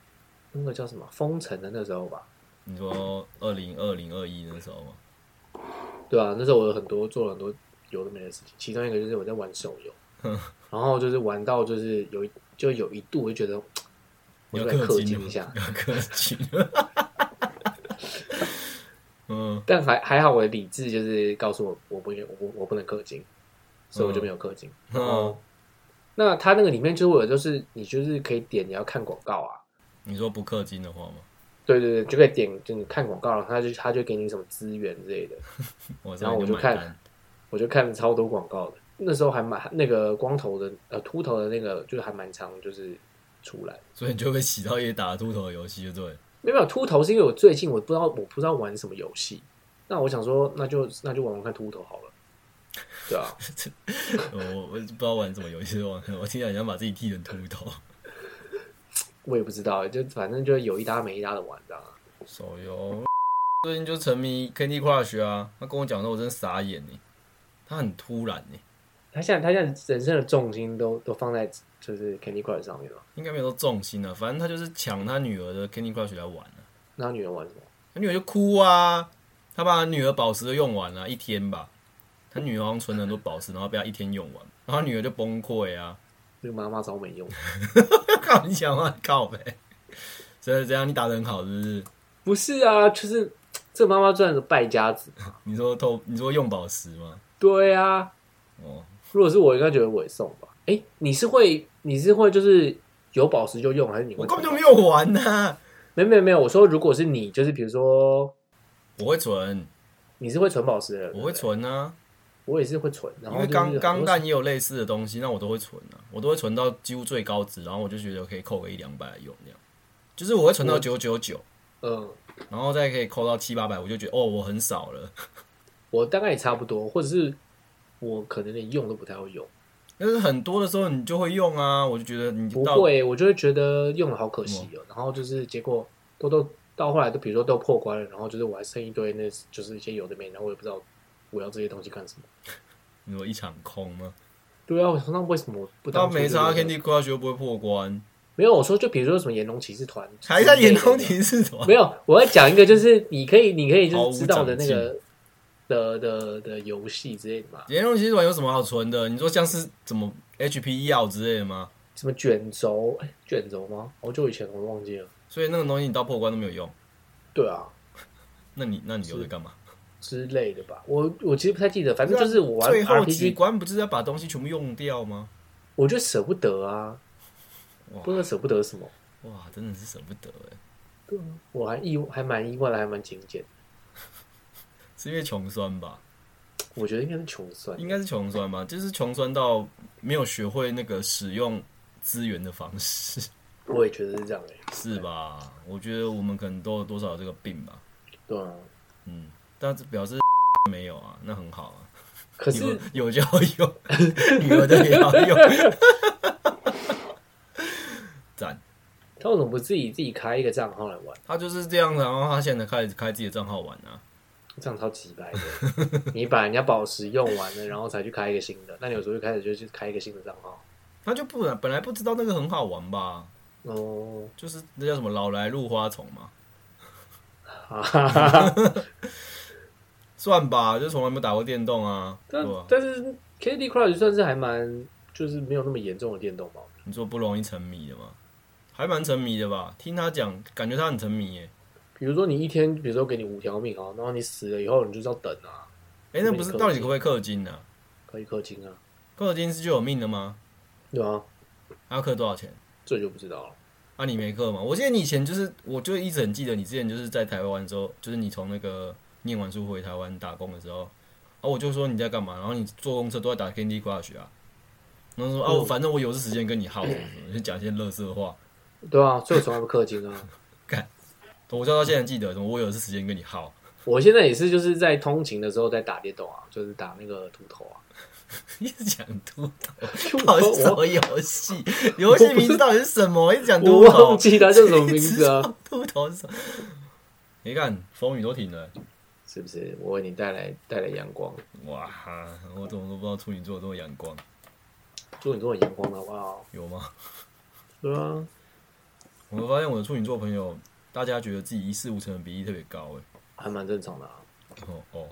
B: 那个叫什么封城的那时候吧，
A: 你说二零二零二一那时候吗？
B: 对吧、那时候我有很多做了很多有的没的事情，其中一个就是我在玩手游，
A: 嗯
B: [LAUGHS] 然后就是玩到就是有一就有一度我就觉得我
A: 有
B: 就来
A: 氪
B: 氪
A: 金
B: 金
A: 了
B: 一下，
A: 有氪金。嗯，
B: 但还还好我的理智就是告诉我我不我不我不能氪金，所
A: 嗯
B: 以我就没有氪金。然后那它那个里面就是我有就是你就是可以点你要看广告啊，
A: 你说不氪金的话吗？
B: 对对对，就可以点就你看广告，然后它就它就给你什么资源之类的。
A: 我
B: 然后我
A: 就
B: 就
A: 买
B: 看
A: 单。
B: 我就看了超多广告的。那时候还蛮那个光头的呃秃头的那个就是还蛮常就是出来，
A: 所以你就被洗到也打秃头的游戏，就对了。
B: 没有没有秃头是因为我最近我不知道我不知道玩什么游戏，那我想说那就那就玩玩看秃头好了，对啊，
A: 我我我不知道玩什么游戏，我我听起来很想把自己剃成秃头。
B: 我也不知道，就反正就有一搭没一搭的玩这样啊。
A: 手游最近就沉迷 Candy Crush 啊，他跟我讲的时候我真的傻眼呢，他很突然欸呢，
B: 他现在他现在人生的重心都都放在就是 Candy Crush 上面了，
A: 应该没有说重心啊，反正他就是抢他女儿的 Candy Crush 来玩啊，
B: 那他女儿玩什么？
A: 他女儿就哭啊，他把他女儿宝石都用完了、一天吧，他女儿好像存了很多宝石，然后被他一天用完，然后他女儿就崩溃啊， [LAUGHS]
B: 那个妈妈超没用，
A: 靠你讲话靠呗，真的这样你打的很好是不是？
B: 不是啊，就是这妈妈赚的败家子，
A: 你说偷你说用宝石吗？
B: 对啊，
A: 哦，
B: 如果是我，应该觉得我也送吧。哎、你是会你是会就是有宝石就用，还是你会
A: 我根本就没有啊玩呐、
B: 没没没有？我说如果是你，就是比如说
A: 我会存，
B: 你是会存宝石的人，
A: 我会
B: 对不对，
A: 存啊。
B: 我也是会存。然
A: 因
B: 后
A: 为
B: 就是
A: 钢
B: 很多
A: 钢弹也有类似的东西，那我都会存啊，我都会存到几乎最高值，然后我就觉得可以扣个一两百来用这样，就是我会存到九九九，
B: 嗯，
A: 然后再可以扣到七八百，我就觉得哦，我很少了。
B: 我大概也差不多，或者是我可能连用都不太会用，
A: 但是很多的时候你就会用啊，我就觉得你
B: 不
A: 到嗯
B: 会，我就会觉得用了好可惜哦、然后就是结果都都到后来都比如说都破关了，然后就是我还剩一堆那就是一些有的没的，然后我也不知道我要这些东西干什么。
A: 你说一场空吗？
B: 对啊，我想那为什么我不
A: 到
B: 当初
A: 没
B: 就
A: 差
B: 用
A: Candy Crush 又不会破关，
B: 没有，我说就比如说什么炎龙骑士团，
A: 还在眼中提示团
B: 没有，我要讲一个，就是你可以，你可以
A: 毫
B: 就
A: 无
B: 是知道的那
A: 长
B: 个的的的游戏之类的嘛，
A: 眼中提示团有什么好存的？你说像是怎么 HP 药之类的吗？
B: 什么卷轴，哎，卷轴吗？好久以前我忘记了。
A: 所以那个东西你到破关都没有用，
B: 对啊，
A: 那你那你留着干嘛？
B: 之类的吧。我我其实不太记得，反正就是我玩
A: 啊最后几
B: RPG，
A: 关不就是要把东西全部用掉吗？
B: 我就舍不得啊
A: 哇，
B: 不知道舍不得什么。
A: 哇，真的是舍不得哎，
B: 我还意还蛮意外的，还蛮精简。
A: 是因为穷酸吧？
B: 我觉得应该是穷酸，
A: 应该是穷酸吧，就是穷酸到没有学会那个使用资源的方式，
B: 我也觉得是这样哎、
A: 是吧？我觉得我们可能都有多少有这个病吧，
B: 对啊，
A: 嗯，但是表示 [LAUGHS] 没有啊，那很好啊，
B: 可是
A: 有有就要用， [LAUGHS] 女儿的也要用， [LAUGHS] 赞。
B: 他为什么不自己自己开一个账号来玩？
A: 他就是这样，然后他现在开始开自己的账号玩啊，
B: 这样超级白的。你把人家宝石用完了，然后才去开一个新的，那你有时候就开始就去开一个新的账号。
A: 他就不然本来不知道那个很好玩吧，
B: 哦，
A: 就是那叫什么老来入花丛嘛，
B: 哈哈哈哈
A: 算吧，就从来没有打过电动啊，对
B: 但
A: 吧？
B: 但是 Candy Crush 算是还蛮，就是没有那么严重的电动吧。
A: 你说不容易沉迷的嘛，还蛮沉迷的吧？听他讲，感觉他很沉迷耶。
B: 比如说你一天，比如说给你五条命啊，然后你死了以后，你就是要等啊，
A: 哎、那不是
B: 没氪金
A: 到底可不可以氪金呢、啊？
B: 可以氪金啊，
A: 氪金是就有命的吗？
B: 对啊，
A: 他要氪多少钱？
B: 这就不知道了。
A: 啊，你没氪吗？我记得你以前就是，我就一直很记得你之前就是在台湾的时候，就是你从那个念完书回台湾打工的时候，啊，我就说你在干嘛，然后你坐公车都在打 Candy Crush 啊，然后说哦、
B: 嗯
A: 我反正我有这时间跟你耗什么什么，就讲一些乐色话。
B: 对啊，所以我从来不氪金啊。
A: 我到现在记得，什么我有的是时间跟你耗， [LAUGHS]
B: 我现在也是就是在通勤的时候在打电动啊，就是打那个秃头啊。
A: 一直讲秃头，
B: 秃
A: [LAUGHS] 到底
B: 头
A: 是什
B: 我
A: 么游戏？游戏名字到底是什么？一直讲
B: 我
A: 秃头
B: 忘，记它叫什么名字
A: [LAUGHS]
B: 啊？
A: 一直讲秃头是什么？你看，风雨都停了，
B: 是不是？我为你带来带来阳光，
A: 哇哈！我怎么都不知道处女座这么阳光，
B: 祝你多点阳光好不好？
A: 有吗？ [LAUGHS]
B: 对啊，
A: 我发现我的处女座朋友，大家觉得自己一事无成的比例特别高，哎，
B: 还蛮正常的啊。
A: 哦哦，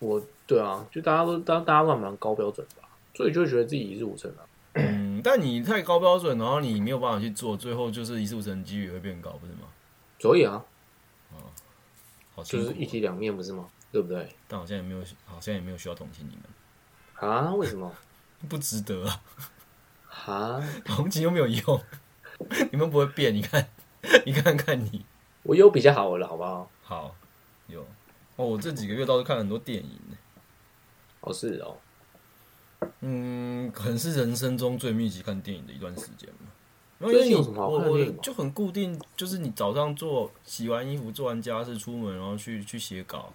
B: 我对啊，就大家都大大家都还蛮高标准的吧，啊所以就会觉得自己一事无成啊。
A: 嗯，但你太高标准，然后你没有办法去做，最后就是一事无成的几率也会变高，不是吗？
B: 所以啊，
A: 好辛
B: 就
A: 苦哦，
B: 是一体两面，不是吗？对不对？
A: 但好像也没有，好像也没有需要同情你们，
B: 啊？为什么？
A: 不值得啊， [LAUGHS]
B: 啊？
A: 同情又没有用， [LAUGHS] 你们不会变，你看， [LAUGHS] 你看看你，
B: 我有比较好了，好不好？
A: 好，有哦，我这几个月倒是看了很多电影，
B: 哦，是哦，
A: 嗯，可能是人生中最密集看电影的一段时间吧。因
B: 最
A: 为
B: 近
A: 你
B: 有什么好
A: 我
B: 看的
A: 我
B: 电影吗
A: 就很固定，就是你早上做洗完衣服、做完家事、出门，然后去去写稿，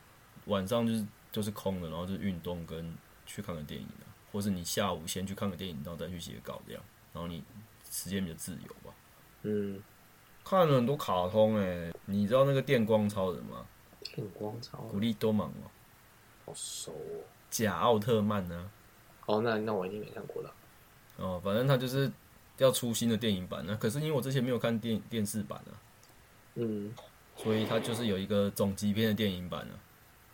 A: 晚上就是就是空的，然后就是运动跟去看个电影啊或是你下午先去看个电影，然后再去写稿这样，然后你时间比较自由吧。
B: 嗯，
A: 看了很多卡通哎、你知道那个电光超人吗？
B: 电光超
A: 古力多芒哦，
B: 好熟哦。
A: 假奥特曼啊呢、
B: 哦，那那我一定没看过了。
A: 哦，反正他就是要出新的电影版那啊可是因为我之前没有看电电视版啊，
B: 嗯，
A: 所以他就是有一个总集篇的电影版啊，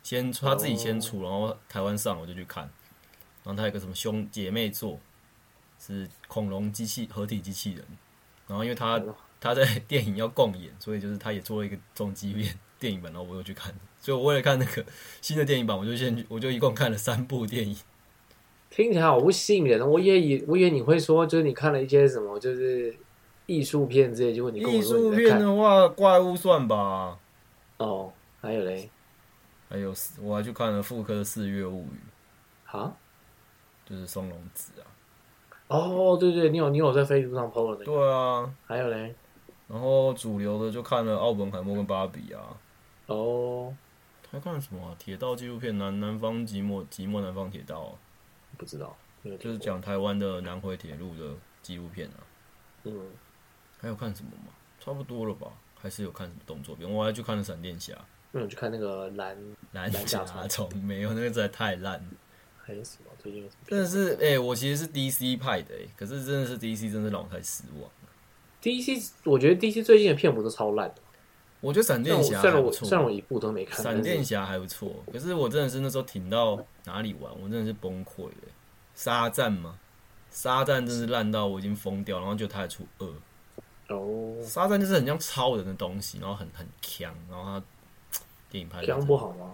A: 先
B: 哦
A: 他自己先出，然后台湾上我就去看。然后他有个什么兄姐妹作，是恐龙机器合体机器人。然后因为他
B: 哦
A: 他在电影要共演，所以就是他也做了一个总集篇电影版，然后我又去看。所以我为了看那个新的电影版，我就先去我就一共看了三部电影。
B: 听起来好不吸引人哦。我也以我以为你会说，就是你看了一些什么，就是艺术片之类，结果你跟
A: 艺
B: 我说
A: 术
B: 你在
A: 片
B: 看
A: 的话，怪物算吧。
B: 哦，还有嘞，
A: 还有四我还去看了妇科的《四月物语
B: 啊，》，
A: 就是松隆子啊。
B: 哦，对对，你有你有在 Facebook 上 PO 了那个，
A: 对啊，
B: 还有嘞，
A: 然后主流的就看了奥本海默跟芭比啊。
B: 哦，
A: 还看了什么、啊？铁道纪录片《南南方寂寞寂寞南方铁道、啊》，
B: 不知道，没有听
A: 就是
B: 过，
A: 讲台湾的南回铁路的纪录片啊。
B: 嗯，
A: 还有看什么吗？差不多了吧？还是有看什么动作片？我还去看了《闪电侠》。
B: 那你去看那个蓝
A: 蓝
B: 蓝
A: 甲
B: 甲
A: 虫 [LAUGHS] 没有，那个实在太烂了，
B: 还有什么？最近有什么
A: 真
B: 片
A: 的是哎、我其实是 DC 派的哎、可是真的是 DC 真的让我太失望。
B: ？DC，我觉得 DC 最近的片不都超烂的，
A: 我觉得闪
B: 虽然
A: 电
B: 我
A: 侠
B: 虽然
A: 还
B: 我
A: 不错啊
B: 虽然我一部都没看，
A: 闪电
B: 但是
A: 侠还不错，可是我真的是那时候挺到哪里玩，我真的是崩溃了。沙赞吗？沙赞真是烂到我已经疯掉，然后就他还出二。
B: 哦，
A: 沙赞就是很像超人的东西，然后很很强，然后他电影拍
B: 这样
A: 的
B: 不好吗？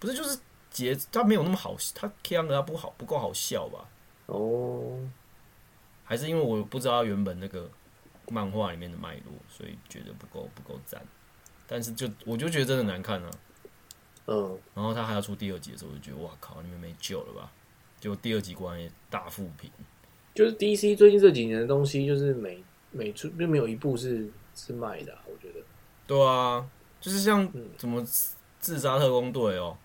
A: 不是就是节，他没有那么好，他强的他不好不够好笑吧？
B: 哦，
A: 还是因为我不知道他原本那个漫画里面的脉络，所以觉得不够不够赞。但是就我就觉得真的难看啊。
B: 嗯，
A: 然后他还要出第二集的时候，我就觉得哇靠，你们没救了吧？结果第二集果然也大负评，
B: 就是 DC 最近这几年的东西，就是每每出就没有一部是是卖的啊、我觉得
A: 对啊，就是像
B: 嗯
A: 怎么自杀特工队哦，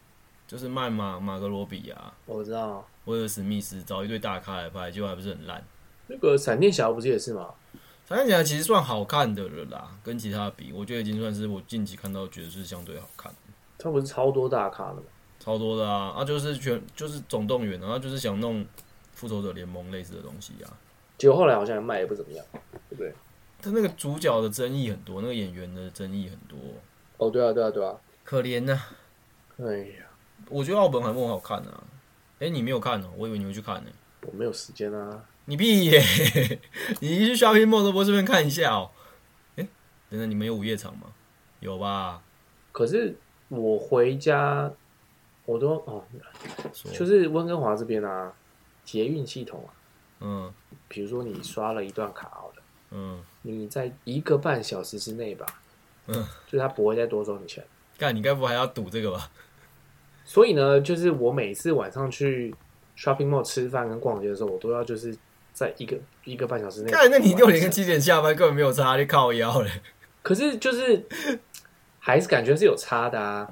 A: 就是卖马马格罗比啊、
B: 我知道
A: 威尔史密斯找一堆大咖来拍，结果还不是很烂。
B: 那个闪电侠不是也是吗？
A: 闪电侠其实算好看的了啦，跟其他比，我觉得已经算是我近期看到觉得是相对好看的，
B: 他不是超多大咖的吗？
A: 超多的啊，啊就是全就是总动员啊，然后就是想弄复仇者联盟类似的东西啊。
B: 结果后来好像也卖的不怎么样，对不对？
A: 他那个主角的争议很多，那个演员的争议很多，
B: 哦，对啊，对啊，对啊。
A: 可怜呐、
B: 哎呀，
A: 我觉得奥本海默很好看啊。哎、你没有看哦、我以为你会去看呢、
B: 我没有时间啊。
A: 你屁耶、 [LAUGHS] 你一去 shopping mall 都不会顺便看一下哦、哎、等等，你们有午夜场吗？有吧？
B: 可是我回家，我都哦，
A: 说，
B: 就是温哥华这边啊，捷运系统啊，
A: 嗯
B: 比如说你刷了一段卡好了，
A: 嗯，
B: 你在一个半小时之内吧，
A: 嗯，
B: 就是他不会再多收你钱。
A: 干，你该不会还要赌这个吧？
B: 所以呢，就是我每次晚上去 shopping mall 吃饭跟逛街的时候，我都要就是在一个一个半小时内。
A: 干，那你六点跟七点下班根本没有差，你靠腰嘞。
B: 可是就是还是感觉是有差的啊。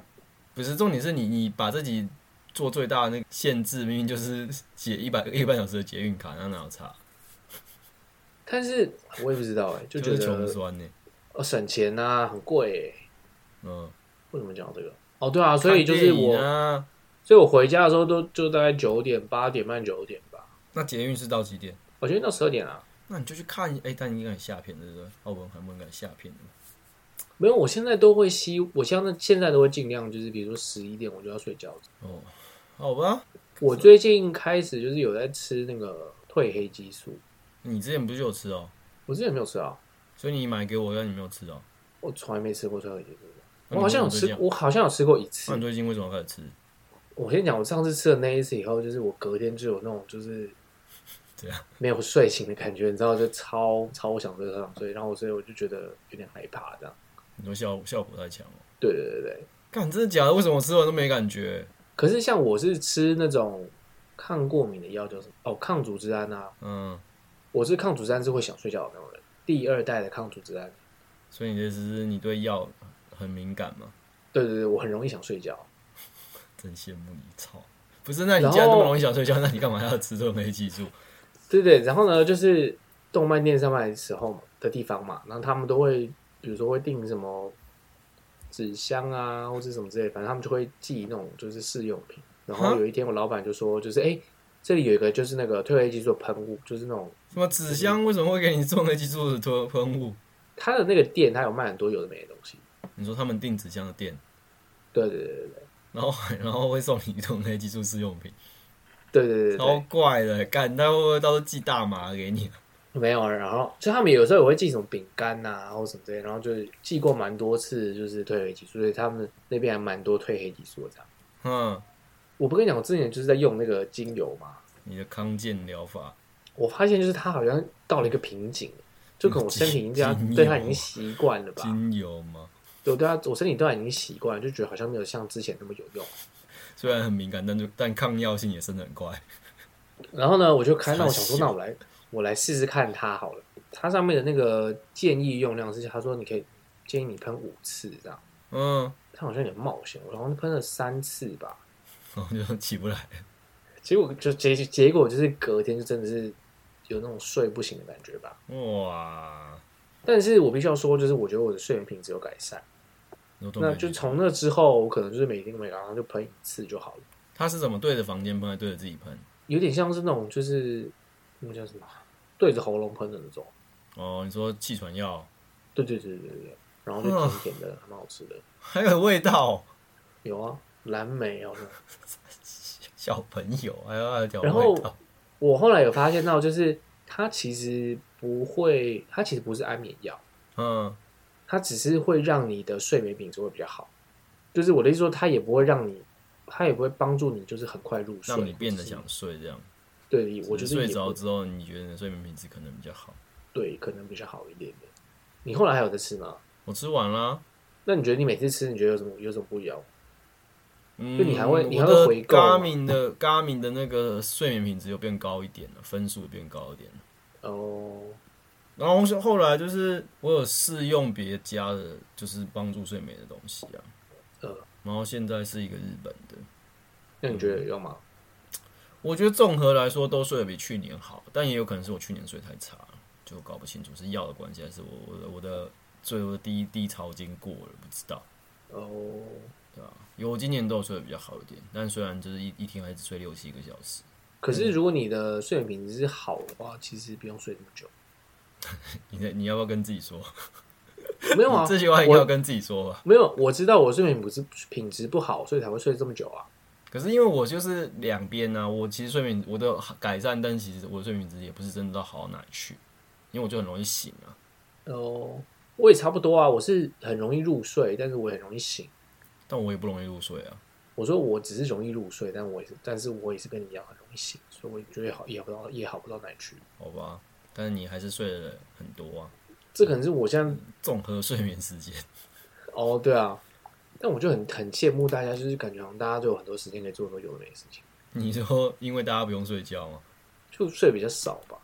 A: 不是重点是你你把自己做最大的那个限制，明明就是写一百一个半小时的捷运卡，那哪有差？
B: 但是我也不知道哎、就
A: 就
B: 觉
A: 是穷
B: 得
A: 酸呢、
B: 哦省钱呐、很贵、欸，
A: 嗯，
B: 为什么讲到这个？哦，对啊，所以就是
A: 看电影
B: 我，
A: 啊，
B: 所以我回家的时候都就大概九点、八点半、九点吧，
A: 那捷运是到几点？
B: 我觉得到十二点啊。
A: 那你就去看，哎、但你应该很下片，对不对？澳门还不敢下片的。
B: 没有，我现在都会希，我现在现在都会尽量就是，比如说十一点我就要睡觉。
A: 哦，好吧，
B: 我最近开始就是有在吃那个褪黑激素，
A: 你之前不是有吃哦，
B: 我之前没有吃啊，
A: 所以你买给我，但你没有吃哦。
B: 我从来没吃过褪黑激素。
A: 那
B: 我好像有
A: 哦你为什么
B: 吃
A: 最，近，啊
B: 我好像有吃过一
A: 那
B: 次
A: 哦你。最近为什么要开始吃？
B: 我先讲，我上次吃了那一次以后，就是我隔天就有那种就是
A: 怎样
B: 没有睡醒的感觉，你知道，就超超想睡，超想睡。然后我所以我就觉得有点害怕，这样。
A: 你说效效果太强了。哦
B: 对对对对。
A: 干，真的假的？为什么我吃完都没感觉？
B: 可是像我是吃那种抗过敏的药，叫什么？哦，抗组织胺啊。
A: 嗯，
B: 我是抗组织胺是会想睡觉的那种人，第二代的抗组织胺。
A: 所以你的意思是你对药很敏感吗？
B: 对对对，我很容易想睡觉。
A: 真羡慕你，操！不是，那你
B: 然
A: 既然那么
B: 后
A: 容易想睡觉，那你干嘛要吃这黑激素？
B: 对对，然后呢，就是动漫店上班的时候嘛的地方嘛，然后他们都会，比如说会订什么纸箱啊，或者什么之类的，反正他们就会寄那种就是试用品。然后
A: 哈
B: 有一天，我老板就说，就是哎、诶这里有一个就是那个褪黑激素的喷雾，就是那种
A: 什么纸箱为什么会给你做黑激素的喷喷雾？
B: 他的那个店，他有卖很多有的没的东西。
A: 你说他们订纸箱的店，
B: 对对对对
A: 然后 [LAUGHS] 然后会送你一桶黑激素试用品，
B: 对对对对
A: 超
B: 对，
A: 怪的。干，他会不会到时候寄大麻给你？ [LAUGHS]
B: 没有。然后就他们有时候也会寄什么饼干呐、或什么之类的，然后就是寄过蛮多次，就是褪黑激素，所以他们那边还蛮多褪黑激素的这样。
A: 嗯，
B: 我不跟你讲，我之前就是在用那个精油嘛，
A: 你的康健疗法，
B: 我发现就是它好像到了一个瓶颈，就可能我身体已经这
A: 精
B: 样
A: 油
B: 对它已经习惯了吧，
A: 精油吗？
B: 对我对啊它我身体对它已经习惯了，就觉得好像没有像之前那么有用。
A: 虽然很敏感，但就但抗药性也升得很快。
B: 然后呢，我就看到我想说，
A: 傻笑
B: 那我来我来试试看它好了。它上面的那个建议用量是，他说你可以建议你喷五次这样，
A: 嗯，
B: 它好像有点冒险，我好像喷了三次吧。
A: 然后就起不来。
B: 结果就结结果就是隔天就真的是有那种睡不醒的感觉吧。
A: 哇，
B: 但是我必须要说，就是我觉得我的睡眠品质有改善。
A: 那
B: 那就从那之后，我可能就是每天每晚上就喷一次就好了，
A: 他是怎么对着房间喷，还是对着自己喷？
B: 有点像是那种就是那个叫什么啊，对着喉咙喷的那种。
A: 哦，你说气喘药 [LAUGHS]
B: 对对对对对对，然后就
A: 啊
B: 甜甜的，还蛮好吃的。
A: 还有味道，
B: 有啊，蓝莓哦。
A: 小朋友还有还有点
B: 然后
A: 味道。
B: 我后来有发现到，就是它其实不会，它其实不是安眠药，
A: 嗯，
B: 它只是会让你的睡眠品质会比较好。就是我的意思说，它也不会让你，它也不会帮助你，就是很快入睡，
A: 让你变得
B: 就是
A: 想睡这样。
B: 对，我
A: 只
B: 就是是
A: 睡
B: 也不
A: 着之后，你觉得你的睡眠品质可能比较好。
B: 对，可能比较好一点点。你后来还有在吃吗？
A: 我吃完啦，
B: 那你觉得你每次吃，你觉得有什么有什么不一样？
A: 嗯，
B: 就你还会你还
A: 我
B: 会
A: 的
B: 回购啊吗
A: Garmin 的 Garmin 的那个睡眠品质又变高一点了，分数也变高一点了。
B: 哦，
A: 然后是后来就是我有试用别家的，就是帮助睡眠的东西啊。
B: 呃，
A: 然后现在是一个日本的，
B: 那你觉
A: 嗯
B: 得有用吗？
A: 我觉得综合来说都睡得比去年好，但也有可能是我去年睡太差了，就搞不清楚是药的关系还是我我的我的最后的低低潮经过了，不知道。
B: 哦，
A: 有我今年都有睡得比较好一点，但虽然就是一一天还只睡六七个小时，
B: 可
A: 嗯
B: 是如果你的睡眠品质是好的话，其实不用睡那么久。
A: 你在你要不要跟自己说？，
B: 没有啊
A: 这句话应该要
B: 我
A: 跟 [LAUGHS] 自己说吧。
B: 没有，我知道我睡眠不是品质不好，所以才会睡这么久啊。
A: 可是因为我就是两边呢，我其实睡眠我都有改善，但其实我的睡眠品质也不是真的到好到哪里去，因为我就很容易醒啊。
B: 哦，我也差不多啊，我是很容易入睡，但是我也很容易醒。
A: 但我也不容易入睡啊。
B: 我说我只是容易入睡，但我也是，但是我也是跟你一样很容易醒，所以我也觉得好也好不到也好不到哪里去。
A: 好吧，但是你还是睡了很多啊，
B: 这可能是我现在
A: 综合睡眠时间。 [LAUGHS]
B: 哦，对啊，但我就很很羡慕大家，就是感觉好像大家都有很多时间可以做很多有的没的事情，
A: 你说因为大家不用睡觉吗？
B: 就睡比较少吧。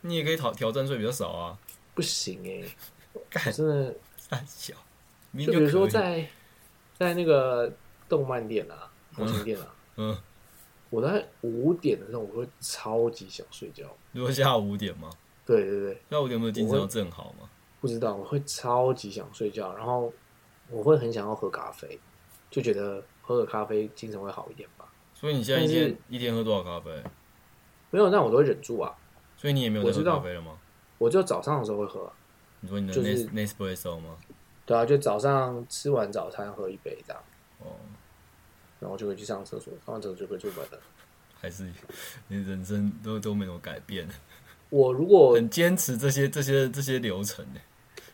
A: 你也可以挑挑战睡比较少啊，
B: 不行哎、
A: [LAUGHS] 干
B: 我真的，
A: 三小，明
B: 就
A: 明
B: 比如
A: 可
B: 说
A: 以
B: 在在那个动漫店啊、模型店啊，
A: 嗯，
B: 我在五点的时候我会超级想睡觉。
A: 如果下午五点吗？
B: 对对对，
A: 下午五点不是精神都正好吗？
B: 不知道我会超级想睡觉，然后我会很想要喝咖啡，就觉得喝个咖啡精神会好一点吧。
A: 所以你现在一
B: 但
A: 天
B: 是
A: 一天喝多少咖啡？
B: 没有，那我都会忍住啊。
A: 所以你也没有在
B: 我
A: 喝
B: 知道
A: 咖啡了吗？
B: 我就早上的时候会喝啊，
A: 你说你的
B: 就
A: n e
B: 是
A: s n e s p r e s s o 吗？
B: 对啊，就早上吃完早餐喝一杯这样，
A: 哦，
B: 然后就会去上厕所，上完厕所就会出门了。
A: 还是你人生都都没有改变，
B: 我如果
A: 很坚持这些这些这些流程呢？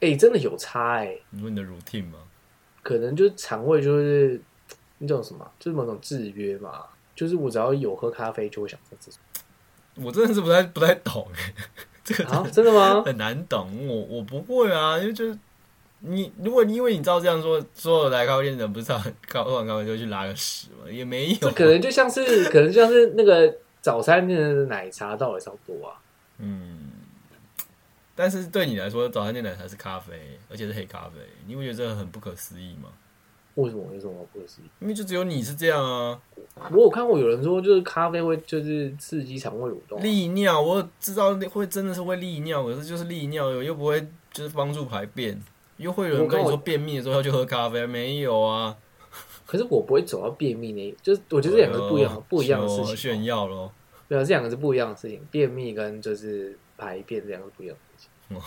B: 哎、真的有差哎、
A: 你说你的 routine 吗？
B: 可能就是肠胃就是那种什么，就是某种制约嘛。就是我只要有喝咖啡就会想上厕所
A: 我真的是不太不太懂欸，这个
B: 啊？真的吗？
A: [LAUGHS] 很难懂。我我不会啊，因为就是你，如果你因为你知道这样说，所有来咖啡店的人不是常咖喝完咖啡就去拉个屎嘛，也没有
B: 这。可能就像是，可能就像是那个早餐店的奶茶到底差不多啊。
A: 嗯，但是对你来说，早餐店奶茶是咖啡，而且是黑咖啡，你不觉得这很不可思议吗？
B: 为什么？为什么不是？
A: 因为就只有你是这样啊，
B: 我有看过有人说，就是咖啡会就是刺激肠胃蠕动啊、
A: 利尿，我知道会真的是会利尿，可是就是利尿又不会就是帮助排便，又会有人跟你
B: 我
A: 说
B: 跟我
A: 便秘的时候要去喝咖啡，没有啊？
B: 可是我不会走到便秘那一，就是我觉得这两个是不一样的，不一样的
A: 求
B: 事情
A: 哎炫
B: 啊。
A: 耀咯。
B: 对啊，这两个是不一样的事情，便秘跟就是排便这两个是不一样的事情。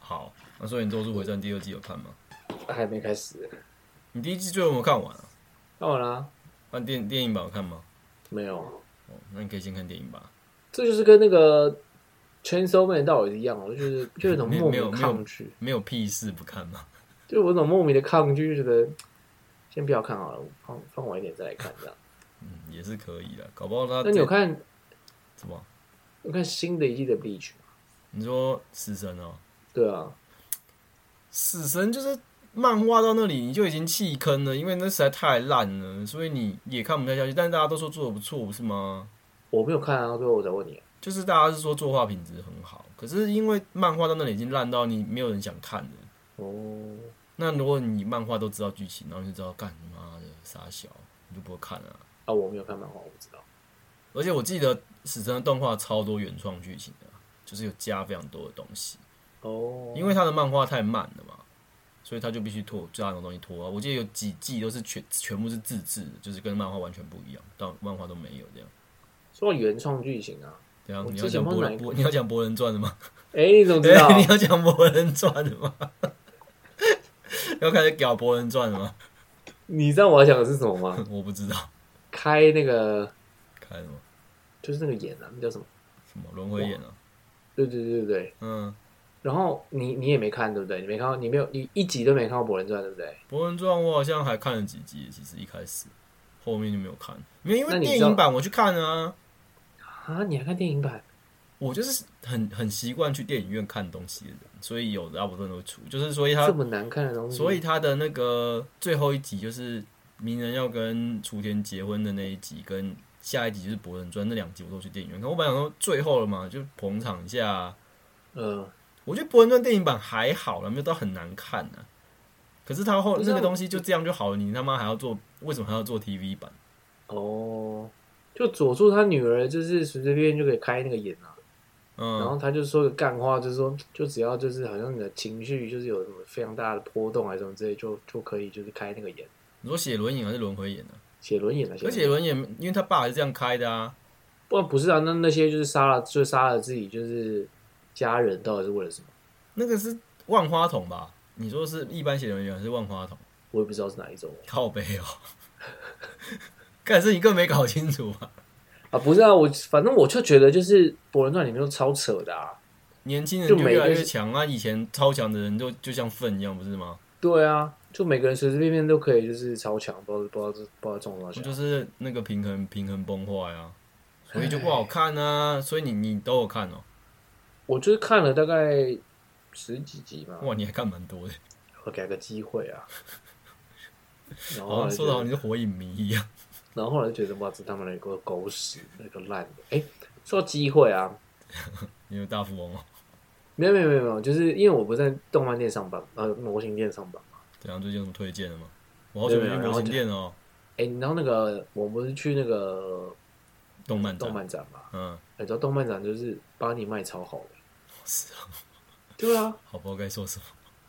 A: 好，那所以你《咒术回战》第二季有看吗？
B: 还没开始，
A: 你第一季最后有没有看完啊？
B: 看完啦？
A: 看电电影版有看吗？
B: 没有，
A: 哦，那你可以先看电影版。
B: 这就是跟那个 Chainsaw Man 的道理是一样的，就是就有一种
A: 没有
B: 莫
A: 没
B: 名
A: 有
B: 的
A: 没有
B: 抗拒，
A: 没有屁事不看吗？
B: 就有一种莫名的抗拒，就觉得先不要看好了，放放晚一点再来看
A: [LAUGHS]
B: 这样。
A: 嗯，也是可以的，搞不好他
B: 那你有看
A: 什么？
B: 有看新的一季的 Bleach 吗？
A: 你说死神哦，
B: 对啊，
A: 死神就是漫画到那里你就已经弃坑了，因为那实在太烂了，所以你也看不太下去。但是大家都说做的不错，不是吗？
B: 我没有看啊，所以我才问你啊。
A: 就是大家是说作画品质很好，可是因为漫画到那里已经烂到你没有人想看了。
B: 哦，
A: 那如果你漫画都知道剧情，然后你就知道干你妈的傻小，你就不会看啊。
B: 啊，我没有看漫画，我不知道。
A: 而且我记得死神的动画超多原创剧情的啊，就是有加非常多的东西。
B: 哦，
A: 因为他的漫画太慢了嘛，所以他就必须拖加很多东西拖啊。我记得有几季都是全全部是自制的，就是跟漫画完全不一样，到漫画都没有这样。
B: 说到原创剧情啊，
A: 对啊，
B: 我
A: 你
B: 之
A: 要
B: 前
A: 讲
B: 忘
A: 博
B: 了
A: 人
B: 哪一个
A: 博，你要讲博人传的吗？
B: 哎、你怎么知道？
A: [LAUGHS] 你要讲博人传的吗？ [LAUGHS] 要开始搞博人传了吗？ [LAUGHS]
B: 你知道我要讲的是什么吗？
A: 我不知道，
B: 开那个
A: 开什么
B: 就是那个眼啊，那叫什么？
A: 什么轮回眼啊？
B: 对对对对对。
A: 嗯，
B: 然后你你也没看对不对？你没看过，你没有你一集都没看过《博人传》对不对？
A: 博人传我好像还看了几集，其实一开始后面就没有看，没有因
B: 那
A: 为
B: 你知
A: 电
B: 道
A: 影版我去看啊。
B: 啊，你还看电影版？
A: 我就是很很习惯去电影院看东西的人，所以有的大部分都出，就是所以他
B: 这么难看的东西，
A: 所以他的那个最后一集就是鸣人要跟雏田结婚的那一集，跟下一集就是博人传那两集，我都去电影院看。我本来想说最后了嘛，就捧场一下啊。
B: 呃，
A: 我觉得博人传电影版还好了，没有到很难看呢、可是他后
B: 不是
A: 那
B: 啊
A: 个东西就这样就好了，你他妈还要做？为什么还要做 TV 版？
B: 哦，就佐助他女儿就是随随便便就可以开那个眼啊，然
A: 嗯，
B: 后他就说个干话，就是说就只要就是好像你的情绪就是有什么非常大的波动还是什么之类，就就可以就是开那个眼，
A: 你说写轮眼还是轮回眼呢、啊？
B: 写轮眼啊，
A: 而
B: 写
A: 且
B: 轮眼
A: 轮眼，因为他爸还是这样开的啊。
B: 不然不是啊，那那些就是杀了就杀了自己就是家人，到底是为了什么？
A: 那个是万花筒吧？你说是一般写轮眼还是万花筒？
B: 我也不知道是哪一种啊
A: 靠背哦， [LAUGHS] 但是你更没搞清楚啊！
B: 啊，不是啊，我反正我就觉得就是《博人传》里面都超扯的啊，
A: 年轻人
B: 就
A: 就
B: 每
A: 越来
B: 个
A: 越
B: 是
A: 强啊，以前超强的人就就像粪一样，不是吗？
B: 对啊，就每个人随随便便都可以就是超强，不知道不知道不知道中多少
A: 就
B: 强，
A: 是那个平衡平衡崩坏啊，所以就不好看啊。所以你你都有看哦，
B: 我就是看了大概十几集嘛，
A: 哇，你还看蛮多的，
B: 我给他个机会
A: [LAUGHS]
B: 啊。然后后
A: 好
B: 来
A: 像哦
B: 就
A: 说的好像你是火影迷一样。
B: 然后后来就觉得哇，这他们那个狗屎，那个烂的。哎，说到机会啊，
A: 你有大富翁哦，
B: 没有没有没有没有，就是因为我不是在动漫店上班，呃，模型店上班嘛。
A: 怎样？最近有什么推荐的吗？我好久没
B: 对
A: 去
B: 啊
A: 模型店哦，
B: 哎、你知道那个我不是去那个
A: 动漫展
B: 动，漫展嘛？
A: 嗯， [LAUGHS]
B: 你知道动漫展就是把你卖超好的，
A: 是啊，
B: 对啊，
A: 好不知道该说什么。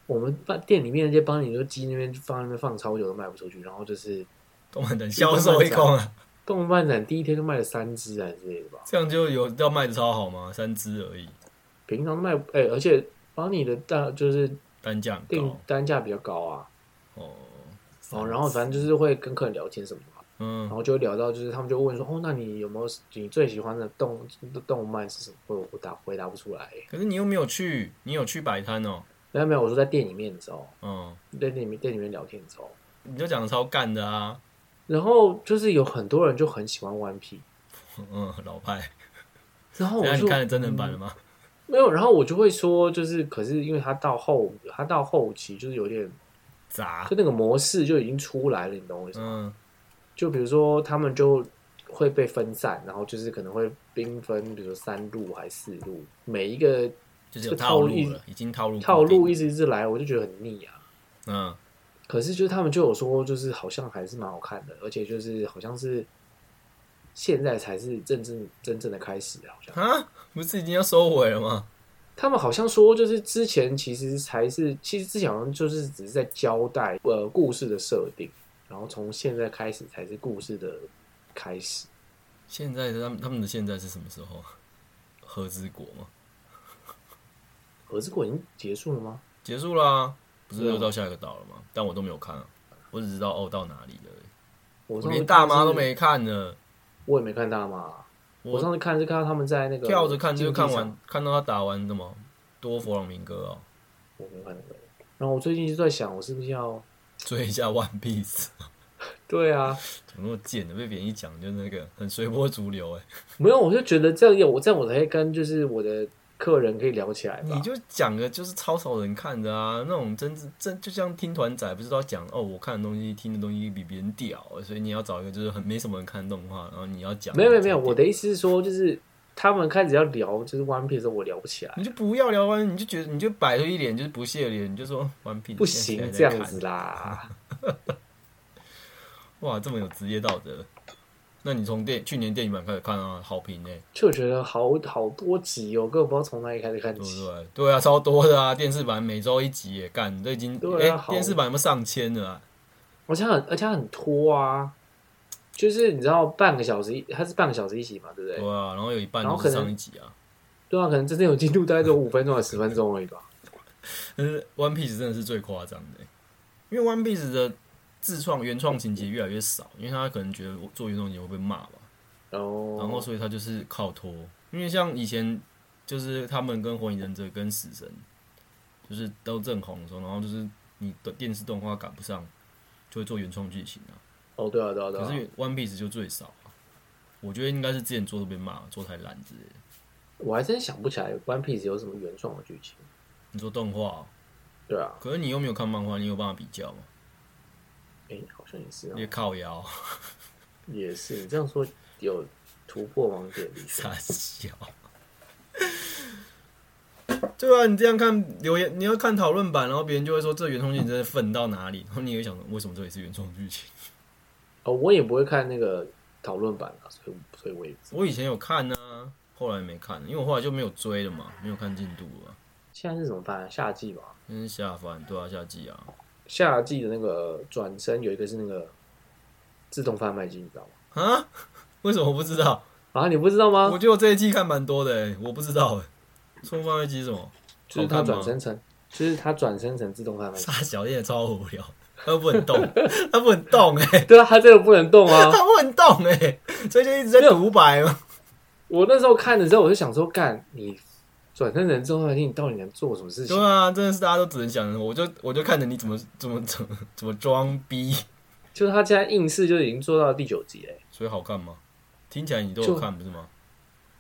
B: 我们把店里面那些帮你就鸡那边放那边放超久都卖不出去，然后就是
A: 动漫展销售一空啊，
B: 动漫展第一天就卖了三只啊之类的吧，
A: 这样就有要卖的超好吗？三只而已，
B: 平常卖哎、而且帮你的大就是
A: 单价很
B: 定
A: 高
B: 单价比较高啊，
A: 哦。
B: 哦，然后反正就是会跟客人聊天什么的嘛，然
A: 嗯，
B: 后就会聊到就是他们就问说哦，那你有没有你最喜欢的动动漫是什么？我我答回答不出来、欸，
A: 可是你又没有去，你有去摆摊哦，
B: 没有没有，我说在店里面的时候，
A: 嗯，
B: 在店里面店里面聊天的时候，
A: 你就讲得超干的啊，
B: 然后就是有很多人就很喜欢 One Piece，
A: 嗯，老派。
B: 然后
A: 等一
B: 我
A: 下
B: 就
A: 你看了真人
B: 嗯
A: 版了吗？
B: 没有，然后我就会说，就是可是因为他到后，他到后期就是有点，
A: 砸
B: 就，那个模式就已经出来了，你懂我意思吗？
A: 嗯，
B: 就比如说他们就会被分散，然后就是可能会兵分，比如说三路还是四路，每一个
A: 就是有套路了，已经套路嗯
B: 套路
A: 固定
B: 一直一直来，我就觉得很腻啊。
A: 嗯，
B: 可是就是他们就有说，就是好像还是蛮好看的，而且就是好像是现在才是真正真正的开始，好像。
A: 啊，不是已经要收尾了吗？
B: 他们好像说，就是之前其实才是，其实之前好像就是只是在交代呃故事的设定，然后从现在开始才是故事的开始。
A: 现在他们他们的现在是什么时候？和之国吗？
B: 儿子国已经结束了吗？
A: 结束啦、不是
B: 对啊
A: 又到下一个岛了吗？但我都没有看、啊，我只知道哦到哪里了而已，
B: 我
A: 我
B: 上次
A: 连大妈都
B: 看是，
A: 没看呢。
B: 我也没看大妈。
A: 我
B: 我上次看是看到他们在那个
A: 跳着看就看
B: 啊竞技
A: 完
B: 场，，
A: 看到他打完什么多佛朗明哥哦，
B: 我没看那个。然后我最近就在想，我是不是要
A: [LAUGHS] 追一下 One Piece， [LAUGHS]
B: 对啊？
A: 怎么那么贱的？被别人一讲就那个很随波逐流哎、
B: 没有，我就觉得这样，我这样我才可以跟就是我的客人可以聊起来吧。
A: 你就讲个就是超少人看的啊，那种真是真就像听团仔不是都要讲哦，我看的东西听的东西比别人屌，所以你要找一个就是很没什么人看的动画，然后你要讲
B: 没有没有没有，
A: 这个
B: 我的意思是说，就是他们开始要聊就是 One Piece 的时候，我聊不起来。
A: 你就不要聊完，你就觉得你就摆出一脸就是不屑的脸，你就说顽皮
B: 不行这样子啦。
A: 哇，这么有职业道德。那你从电去年电影版开始看啊，好评呢、
B: 就觉得好好多集哦，根本不知道从哪里开始看
A: 对不
B: 起。
A: 对？对啊，超多的啊！电视版每周一集耶，干都已经
B: 对啊
A: 哎
B: 好
A: 电视版有没有上千了啊？
B: 而且很而且很拖啊，就是你知道半个小时一，它是半个小时一集嘛，对不对？
A: 对啊，然后有一半
B: 然后
A: 都
B: 可
A: 是
B: 能
A: 上一集啊。
B: 对啊，可能真正有进度大概只有五分钟还是十分钟而已吧。
A: 但是 One Piece 真的是最夸张的耶，因为 One Piece 的自创原创情节越来越少，因为他可能觉得我做原创情节会被骂吧。
B: 然
A: [LAUGHS]
B: 后
A: 然后所以他就是靠拖，因为像以前就是他们跟火影忍者跟死神，就是都正红的时候，然后就是你的电视动画赶不上，就会做原创剧情啊。
B: 哦，对啊，对啊，对
A: 可
B: 啊，
A: 是 One Piece 就最少啊、我觉得应该是之前做都被骂，做太烂之类的。
B: 我还真想不起来《One Piece》有什么原创的剧情。
A: 你做动画哦、
B: 对啊，
A: 可是你又没有看漫画，你有办法比较吗？
B: 哎，好像也是啊
A: 也，靠腰， [LAUGHS]
B: 也是。你这样说有突破盲点的意思
A: 傻笑。 [LAUGHS] 对啊，你这样看留言，你要看讨论版，然后别人就会说这原创剧情真的粪到哪里，然后你也会想说为什么这也是原创剧情？
B: 哦，我也不会看那个讨论版啊，所以所以我也不知道
A: 我以前有看呢、啊后来没看，因为我后来就没有追了嘛，没有看进度了。
B: 现在是怎么办？夏季吧。
A: 真是下凡，对啊，下季啊，
B: 夏季的那个转身有一个是那个自动贩卖机，你知道吗？
A: 啊？为什么我不知道？
B: 啊，你不知道
A: 我
B: 吗？
A: 觉得我这一季看蛮多的、欸，我不知道哎、冲锋机什么？
B: 就是他
A: 好看吗
B: 转身成，就是他转身成自动贩卖机
A: 傻。小叶超无聊，他不能动，他不能动哎、
B: 对啊，他真的不能动
A: [LAUGHS]
B: 啊！
A: 他不能动哎、所以就一直在独白嘛。
B: 我那时候看的时候，我就想说，干你转身成自动贩卖机，你到底能做什么事
A: 对
B: 情？
A: 啊，真的是大家都只能想着，我就我就看着你怎么怎么怎么怎么装逼，
B: 就是他现在硬是就已经做到第九集嘞、
A: 所以好看吗？听起来你都有
B: 就
A: 看不是吗？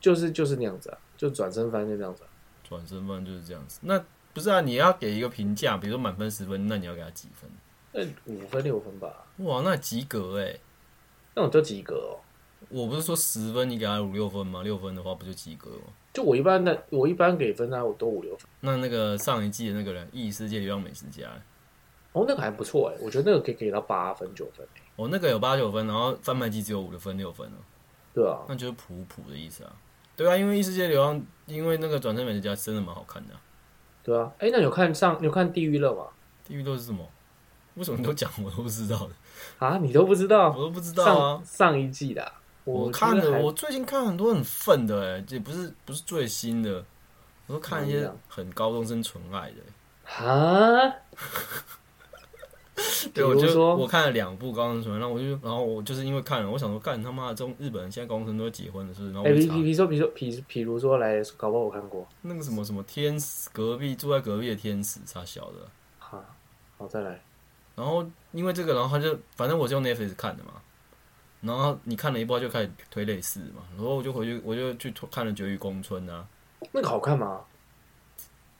A: 就是
B: 就是就是那样子啊，就转身翻就那样子啊、
A: 转身饭就是这样子。那不是啊？你要给一个评价，比如说满分十分，那你要给他几分？
B: 那哎五分六分吧，
A: 哇，那及格哎、
B: 那种就及格哦。
A: 我不是说十分，你给他五六分吗？六分的话不就及格吗？
B: 就我一般的，我一般给分啊，我都五六分。
A: 那那个上一季的那个人，异世界流浪美食家，
B: 哦，那个还不错哎，我觉得那个可以给到八分九分，
A: 我、哦那个有八九分，然后贩卖机只有五的分六分哦，
B: 对啊，
A: 那就是普普的意思啊。对啊，因为异世界流浪，因为那个转身美食家真的蛮好看的啊、
B: 对啊。哎，那你有看上你有看《地狱乐》吗？
A: 地狱都是什么？为什么你都讲我都不知道的？ [LAUGHS]
B: 啊，你都不知道？
A: 我都不知道啊
B: 上。上一季的啊、
A: 我
B: 觉
A: 看
B: 得还
A: 了，我最近看很多很愤的、欸，也不是不是最新的，我都看一
B: 哪一
A: 些
B: 样
A: 很高中生纯爱的、
B: 啊，比
A: [LAUGHS] 对，我
B: 如
A: 就
B: 说
A: 我看了两部高中生，然后我就，然后我就是因为看了，我想说，干他妈的，这种日本人现在高中生都会结婚了，是不是？然后
B: 哎，
A: 我
B: 比
A: 就查
B: 比比说比说比比如说来，搞不好我看过
A: 那个什么什么天使，隔壁住在隔壁的天使，差小的。
B: 啊，好再来，
A: 然后因为这个，然后他就，反正我是用 Netflix 看的嘛。然后你看了一部，他就开始推类似的嘛。然后我就回去，我就去看了《绝育公村》啊，
B: 那个好看吗？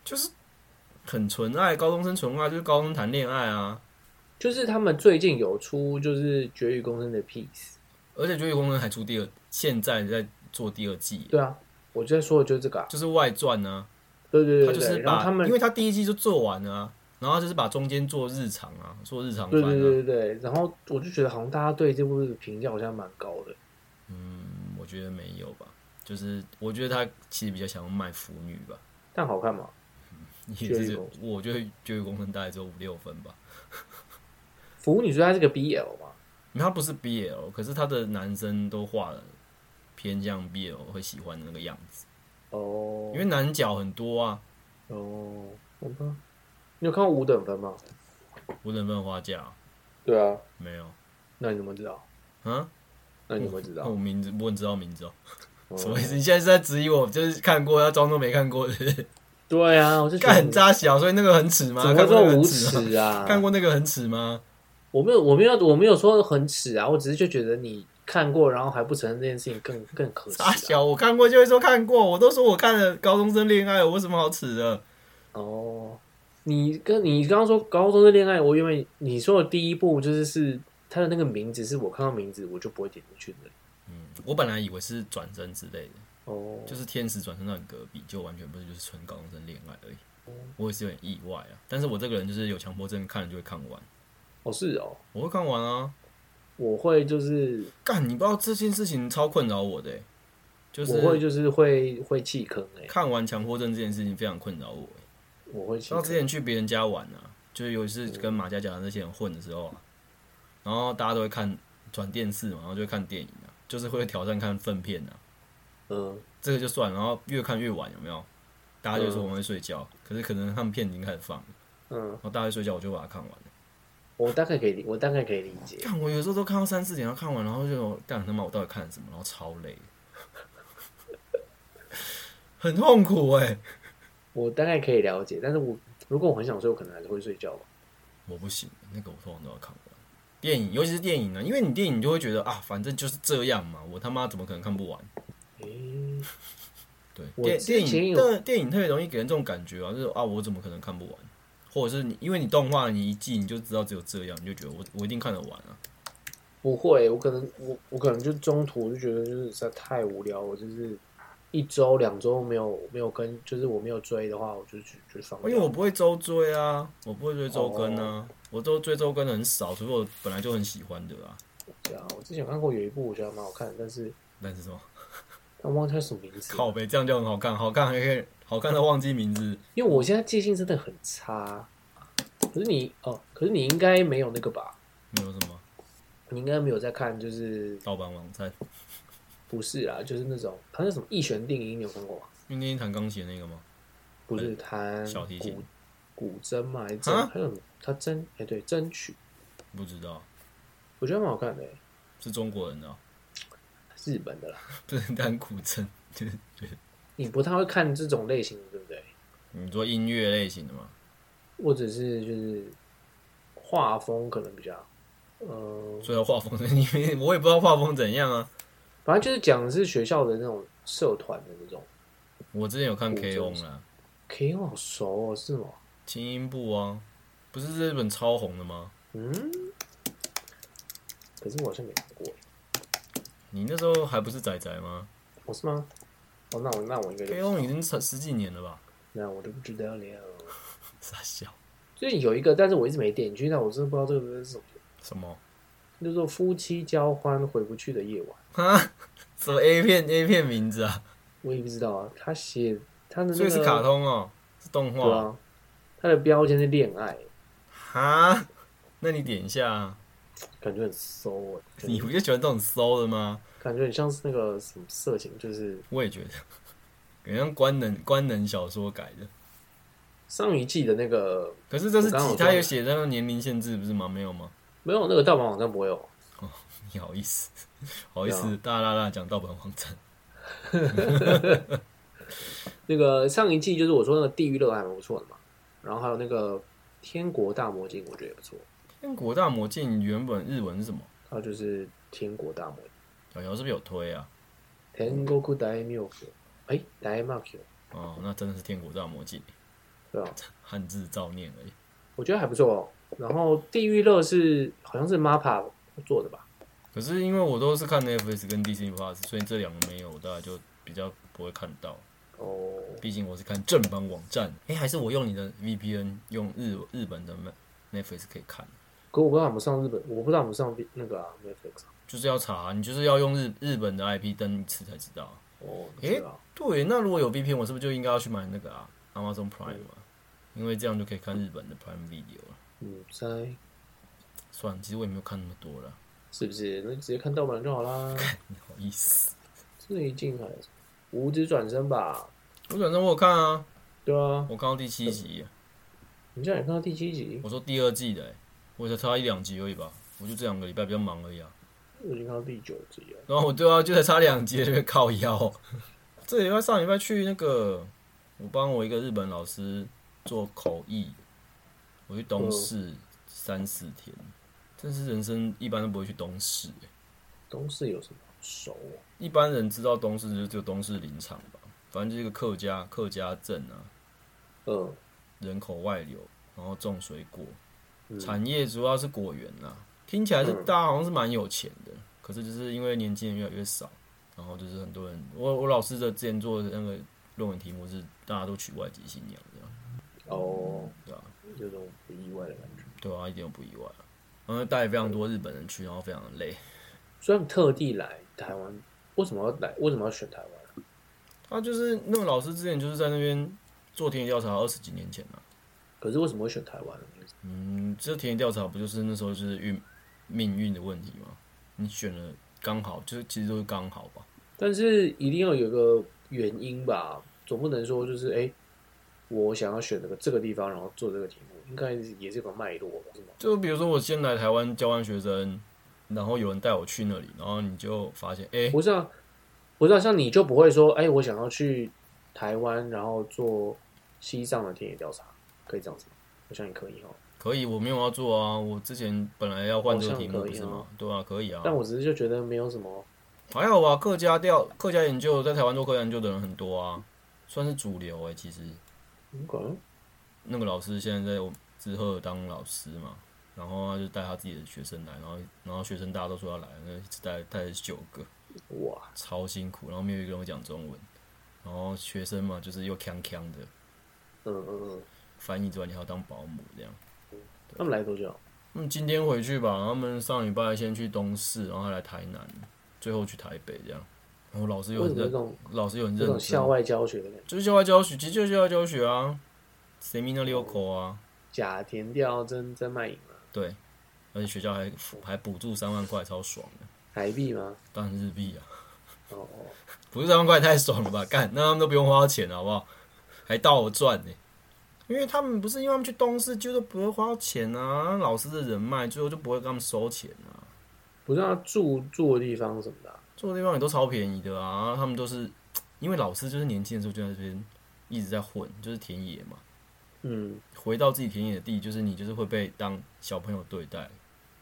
A: 就是很纯爱，高中生纯爱，就是高中谈恋爱啊。
B: 就是他们最近有出就是《绝育公生》的 piece，
A: 而且《绝育公村》还出第二，现在在做第二季，
B: 对啊，我就在说的就是这个、啊，
A: 就是外传啊。
B: 对对
A: 他
B: 对
A: 就
B: 对
A: 是
B: 对，然
A: 把，
B: 后他们
A: 因为他第一季就做完了、啊，然后他就是把中间做日常啊，做日常番
B: 对
A: 啊。
B: 对对对对，然后我就觉得好像大家对这部的评价好像蛮高的，
A: 嗯，我觉得没有吧，就是我觉得他其实比较想要卖腐女吧， [LAUGHS]
B: 但好看吗？
A: 也
B: 绝育
A: 是
B: 公
A: 我觉得《绝育公分》大概只有五六分吧。
B: 腐女说它是个 BL 嘛，
A: 因为他不是 BL，可是他的男生都画了偏向 BL 会喜欢的那个样子，
B: 哦，
A: 因为男角很多啊。
B: 哦，好吧，你有看过五等分吗？
A: 我能不能花架、
B: 对啊，
A: 没有
B: 那你怎么知道？
A: 啊？
B: 那你怎么知
A: 那
B: 道
A: 我？名字，我很知道名字哦、
B: 啊哦
A: 嗯什么意思？你现在是在质疑我，就是看过要装作没看过是不是
B: [LAUGHS] 对啊，我是觉
A: 干
B: 得
A: 很扎小，所以那个很耻吗？
B: 怎么
A: 看
B: 会这
A: 过那
B: 么
A: 个
B: 无
A: 很耻吗？
B: 耻啊？
A: 看过那个很耻吗？
B: 我没有，我没有，我没有说很耻啊，我只是就觉得你看过，然后还不承认这件事情更更可耻、
A: 扎
B: 啊。
A: 小，我看过就会说看过，我都说我看了高中生恋爱，我有什么好耻啊的？
B: 哦，你跟你刚刚说高中的恋爱，我原本你说的第一部就是是他的那个名字，是我看到名字我就不会点进去的。
A: 嗯，我本来以为是转身之类的，
B: 哦，
A: 就是天使转身到你隔壁，就完全不是，就是纯高中生恋爱而已。我也是有点意外啊，但是我这个人就是有强迫症，看了就会看完，
B: 哦是哦，
A: 我会看完啊。
B: 我会就是
A: 干，你不知道这件事情超困扰我的欸、就是
B: 我会就是会会弃坑哎、
A: 看完强迫症这件事情非常困扰我欸、
B: 我会弃
A: 然后
B: 坑
A: 之前去别人家玩啊，就是有一次跟马家甲的那些人混的时候啊，然后大家都会看转电视嘛，然后就会看电影啊，就是会挑战看粪片啊，
B: 嗯，
A: 这个就算，然后越看越晚，有没有？大家就说我们会睡觉，可是可能他们片已经开始放了，
B: 嗯
A: 然，后大家睡觉，我就把它看完了。
B: 我大概可以理，我大概可以理解。
A: 看我有时候都看到三四点要看完，然后就干他妈我到底看了什么，然后超累， [LAUGHS] 很痛苦哎、
B: 我大概可以了解，但是我如果我很想睡，我可能还是会睡觉吧。
A: 我不行，那个我通常都要看完。电影，尤其是电影呢，因为你电影你就会觉得啊，反正就是这样嘛，我他妈怎么可能看不完？
B: 诶、
A: 对，
B: 我
A: 电
B: 之
A: 电
B: 前
A: 影
B: 有
A: 的电影特别容易给人这种感觉啊，就是啊，我怎么可能看不完？或者是你因为你动画你一季你就知道只有这样，你就觉得我我一定看得完啊。
B: 不会，我可能我我可能就中途我就觉得就是实在太无聊，我就是一周两周没有没有跟，就是我没有追的话，我就去就放
A: 因
B: 掉。
A: 为我不会周追啊，我不会追周更
B: 哦
A: 啊，我都追周更的很少，除非我本来就很喜欢的啊。
B: 对啊，我之前看过有一部我觉得蛮好看的，但是
A: 但是什么？
B: 但忘记它什么名字。
A: 靠呗，这样就很好看，好看还可以好看到忘记名字。
B: 因为我现在记性真的很差。可是你哦，可是你应该没有那个吧？
A: 没有什么
B: 你应该没有在看，就是
A: 盗版网站，
B: 不是啊，就是那种它是什么《一弦定音》，你有看过吗？
A: 因为那天弹钢琴的那个吗？
B: 不是弹
A: 呃小提琴
B: 古古筝嘛，还是筝
A: 啊
B: 还有什么？它筝哎对，筝曲，
A: 不知道，
B: 我觉得蛮好看的、欸
A: 是中国人的、啊，
B: 日本的啦。
A: [LAUGHS] 不是单古筝。
B: 你不太会看这种类型的，对不对？
A: 你说音乐类型的吗？
B: 或者是就是画风可能比较，呃，
A: 所以画风， [LAUGHS] 因为我也不知道画风怎样啊。
B: 反正就是讲的是学校的那种社团的那种。
A: 我之前有看
B: 古筝
A: K O 啦，
B: K 我好熟哦，是吗？
A: 轻音部啊，不是日本超红的吗？
B: 嗯，可是我好像没看过，欸
A: 你那时候还不是仔仔吗
B: 我、是吗？哦，那我那我应该就
A: ？K O 已经十十几年了吧？
B: 那我就不知道了。
A: 傻笑。
B: 就是有一个，但是我一直没点进去，但我真的不知道这个是什么，
A: 什么
B: 就是说夫妻交欢回不去的夜晚，
A: 啊？ [LAUGHS] 什么 A 片 A 片名字啊？
B: 我也不知道啊。他写他的那
A: 所
B: 个
A: 以是卡通哦，是动
B: 对
A: 画
B: 啊，他的标签是恋爱，
A: 哈？那你点一下啊，
B: 感觉很馊哎、感觉
A: 你不就喜欢这种骚的吗？
B: 感觉很像是那个什么色情，就是
A: 我也觉得， [LAUGHS] 很像官能官能小说改的。
B: 上一季的那个
A: 可是这是
B: 我刚刚有
A: 几？
B: 说
A: 他有写那个年龄限制不是吗？没有吗？ [LAUGHS]
B: 没有那个盗版网站不会有，
A: 你好意思， [LAUGHS] 好意
B: 对啊
A: 思，大大大讲盗版网站。
B: 那个上一季就是我说那个《地狱乐》还蛮不错的嘛，然后还有那个《天国大魔镜》，我觉得也不错，
A: 天国大魔镜原本日文是什么？
B: 还有就是《天国大魔镜
A: 小姚是不是有推啊？》
B: 天国大魔镜，哎，大魔镜，
A: 哦，那真的是天国大魔镜，
B: 对吧、 [LAUGHS]
A: 汉字照念而已。
B: 我觉得还不错、哦。然后《地狱乐》是好像是 MAPA 做的吧？
A: 可是因为我都是看 Netflix 跟 Disney Plus，所以这两个没有，我大概就比较不会看到。
B: 哦，
A: 毕竟我是看正版网站。哎、还是我用你的 VPN，用日日本的 Netflix 可以看，
B: 可我不知道我们上日本，我不知道我们上那个、啊、Netflix 啊。
A: 就是要查、你就是要用日日本的 IP 登一次才知道。
B: 哦，
A: 诶
B: 是啊，
A: 对，那如果有 VPN，我是不是就应该要去买那个啊 Amazon Prime 啊？因为这样就可以看日本的 Prime Video 了。
B: 嗯，在
A: 算了，其实我也没有看那么多了，
B: 是不是？那就直接看盗版就好啦。
A: 你好意思？
B: 最近还有什么五指转身吧？
A: 我转身我有看啊，
B: 对啊，
A: 我看到第七集，
B: 你竟然看到第七集，
A: 我说第二季的、欸，我才差一两集而已吧，我就这两个礼拜比较忙而已啊。
B: 我已经看到第九集了。
A: 然后我对啊，就才差两集就被靠腰。这礼拜上礼拜去那个，我帮我一个日本老师做口译，我去东市三四天，真是人生一般都不会去东市、欸
B: 东市有什么好熟、啊？
A: 一般人知道东市就就东市林场吧，反正就是一个客家客家镇啊，
B: 嗯，
A: 人口外流，然后种水果，
B: 嗯
A: 产业主要是果园啦、听起来是
B: 嗯
A: 大家好像是蛮有钱的，可是就是因为年轻人越来越少，然后就是很多人，我我老师的之前做的那个论文题目是大家都娶外籍新娘这样，
B: 哦，
A: 对啊，
B: 有种不意外的感觉。
A: 对啊，一点都不意外啊。然后带非常多日本人去，然后非常的累。
B: 虽然特地来台湾，为什么要来？为什么要选台湾啊？
A: 他就是那个老师之前就是在那边做田野调查，二十几年前了、啊
B: 可是为什么会选台湾呢？
A: 嗯，这田野调查不就是那时候就是运命运的问题吗？你选了刚好，就是其实都是刚好吧。
B: 但是一定要有个原因吧，总不能说就是哎、诶我想要选这个这个地方，然后做这个题目，应该也是有个脉络吧，是吗？
A: 就比如说我先来台湾交换学生，然后有人带我去那里，然后你就发现，哎、
B: 不是啊，不是啊，像你就不会说，哎、我想要去台湾，然后做西藏的田野调查，可以这样子吗？我想你可以哦，
A: 可以，我没有要做啊，我之前本来要换这个题目
B: 好像可
A: 不
B: 以
A: 是
B: 哦
A: 吗？对啊，可以啊，
B: 但我只是就觉得没有什么，
A: 还好吧。客家调客家研究在台湾做客家研究的人很多啊，算是主流哎、其实
B: 嗯可能
A: 那个老师现在在我之后当老师嘛，然后他就带他自己的学生来，然后然后学生大家都说要来，那一直带带了九个，
B: 哇，
A: 超辛苦，然后没有一个人会讲中文，然后学生嘛就是又锵锵的，
B: 嗯嗯嗯，
A: 翻译之外你还要当保姆这样。
B: 他们来多久？啊
A: 他们今天回去吧，他们上礼拜先去东市，然后还来台南，最后去台北这样。然后老师又
B: 为
A: 很
B: 什么
A: 认，
B: 这种
A: 老师又很
B: 这
A: 认
B: 种校
A: 真，
B: 外教学的感觉？
A: 就是校外教学，其实就是校外教学啊，谁名的六口啊？
B: 假田调真真卖淫吗？啊
A: 对，而且学校还还补助三万块，超爽的，
B: 台币吗？
A: 当然日币啊，
B: 哦哦，
A: 补助三万块太爽了吧？ [LAUGHS] 干，那他们都不用花钱好不好？还倒我赚呢、因为他们不是因为他们去东市，就都不会花钱啊，老师的人脉最后就不会跟他们收钱啊。
B: 不是啊，住住的地方什么的啊、
A: 住的地方也都超便宜的啊，他们都是因为老师就是年轻的时候就在这边一直在混，就是田野嘛，
B: 嗯，
A: 回到自己田野地，就是你就是会被当小朋友对待，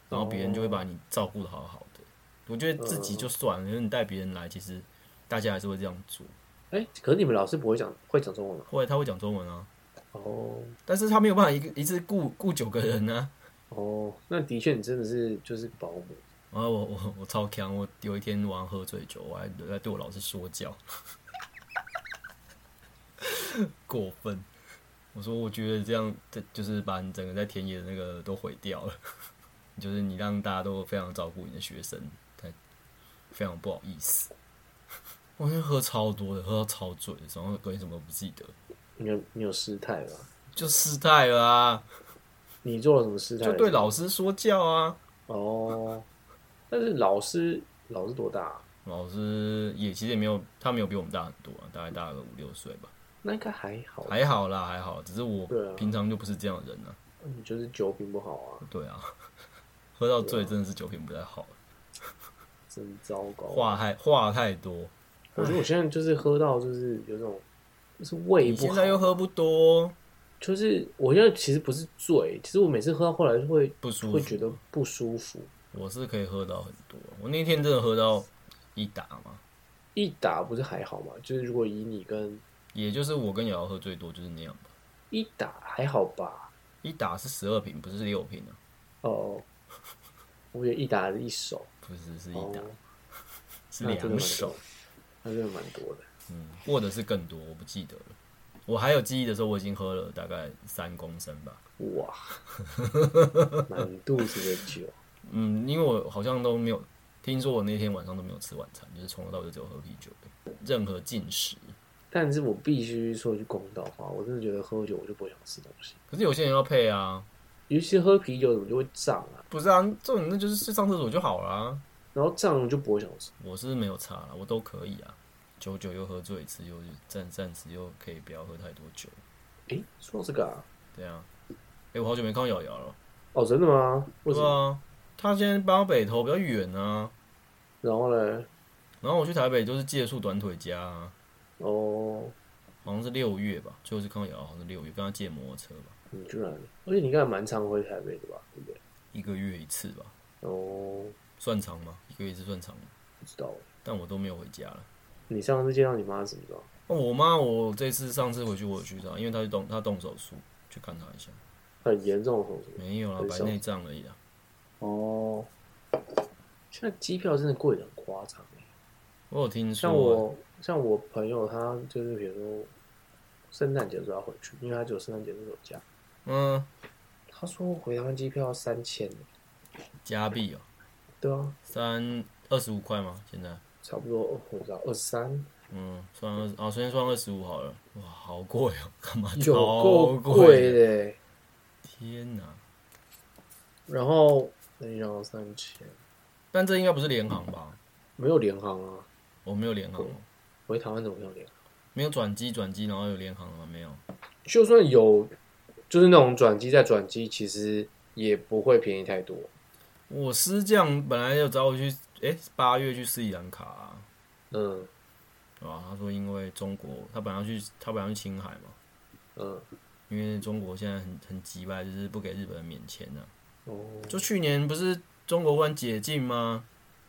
A: 然后别人就
B: 哦
A: 会把你照顾的好好的。我觉得自己就算了，因为你带别人来，其实大家还是会这样做。
B: 哎、可是你们老师不会讲会讲中文吗？
A: 后来他会讲中文啊，
B: 哦
A: 但是他没有办法一个一次雇雇九个人啊呢、
B: 哦，那的确你真的是就是保姆，
A: 啊。然后我我我超强，我有一天晚上喝醉酒，我还我还对 [LAUGHS] 我老师说教，过分。我说我觉得这样，这就是把你整个在田野的那个都毁掉了， [LAUGHS] 就是你让大家都非常照顾你的学生，太非常不好意思。 [LAUGHS] 我那天喝超多的，喝到超醉，然后隔天什么都不记得，
B: 你有你有失态吧？
A: 就失态了啊，
B: 你做了什么失态？
A: 就对老师说教啊。
B: 哦，但是老师老师多大、啊？
A: 老师也其实也没有，他没有比我们大很多啊，大概大个五六岁吧，
B: 那应该还好，
A: 还好啦，还好，只是我
B: 对啊
A: 平常就不是这样的人啊。
B: 你就是酒品不好啊，
A: 对啊，喝到醉真的是酒品不太好，
B: 真糟糕。
A: 话太话太多。
B: 我觉得我现在就是喝到就是有种就是胃
A: 你
B: 不
A: 现
B: 好
A: 在，又喝不多，
B: 就是我现在其实不是醉，其实我每次喝到后来就会
A: 不舒
B: 会
A: 服。
B: 觉得不舒服，
A: 我是可以喝到很多，我那天真的喝到一打嘛，
B: 一打不是还好嘛？就是如果以你跟
A: 也就是我跟瑶瑶喝最多就是那样吧。
B: 一打还好吧？
A: 一打是十二瓶，不是六瓶啊，
B: 哦，我觉得一打是一手，
A: 不是是一
B: 哦
A: 打，是
B: 那
A: 两
B: 真的蛮
A: 手
B: 多，，那真的蛮多的。
A: 嗯，或者是更多，我不记得了。我还有记忆的时候，我已经喝了大概三公升吧。
B: 哇，
A: [LAUGHS]
B: 满肚子的酒，
A: 嗯，因为我好像都没有听说，我那天晚上都没有吃晚餐，就是从头到尾就只有喝啤酒，任何进食。
B: 但是我必须说一句公道话，我真的觉得喝酒我就不会想吃东西，
A: 可是有些人要配啊，
B: 尤其是喝啤酒，我就会胀啊，
A: 不是啊，这种那就是去上厕所就好啦。
B: 然后胀了就不会想吃。
A: 我是没有差啦，我都可以啊。久久又喝醉一次，又暂暂时又可以不要喝太多酒，
B: 诶，说到这个啊，
A: 对啊。哎、我好久没看到瑶瑶了。
B: 哦，真的吗？为什
A: 对
B: 么？
A: 啊，她现在搬到北投比较远啊，
B: 然后呢？
A: 然后我去台北就是借宿短腿家、啊，
B: 哦，
A: 好像是六月吧，最后是看到瑶瑶好像是六月，跟她借摩托车吧，
B: 你嗯居然，而且你应该蛮常回台北的吧？对不对？
A: 一个月一次吧。
B: 哦，
A: 算长吗？一个月是算长吗？
B: 不知道。
A: 但我都没有回家了。
B: 你上次见到你妈是怎么着？
A: 哦，我妈，我这次上次回去我有去她，因为她去动她动手术，去看她一下。
B: 很严重的手术。
A: 没有啦，
B: 很
A: 白
B: 少
A: 内障而已啊。
B: 哦，现在机票真的贵的很夸张欸
A: 我有听说，啊
B: 像我像我朋友他就是比如说圣诞节的时候要回去，因为他只有圣诞节的时候有假。
A: 嗯，
B: 他说回台湾机票三千，欸
A: 加币哦，
B: 对啊，
A: 三二十五块吗？现在，
B: 差不多我不知道二三，
A: 嗯，算二十，哦，昨天算二十五好了。哇，好贵哦， [LAUGHS] 干嘛？
B: 有够
A: 超贵
B: 贵的！欸。
A: 天哪！
B: 然后那你要三千，
A: 但这应该不是联航吧？
B: 没有联航啊，
A: 我没有联航哦，
B: 回台湾怎么没有联航？
A: 没有转机，转机然后有联航了吗？没有。
B: 就算有，就是那种转机再转机，其实也不会便宜太多。
A: 我师匠本来有找我去，诶、八月去斯里兰卡、啊。
B: 嗯
A: 啊，他说因为中国，他本来要去，他本来要去青海嘛，
B: 嗯，
A: 因为中国现在很很急吧，就是不给日本人免签啊。
B: 哦，
A: 就去年不是中国忽然解禁吗？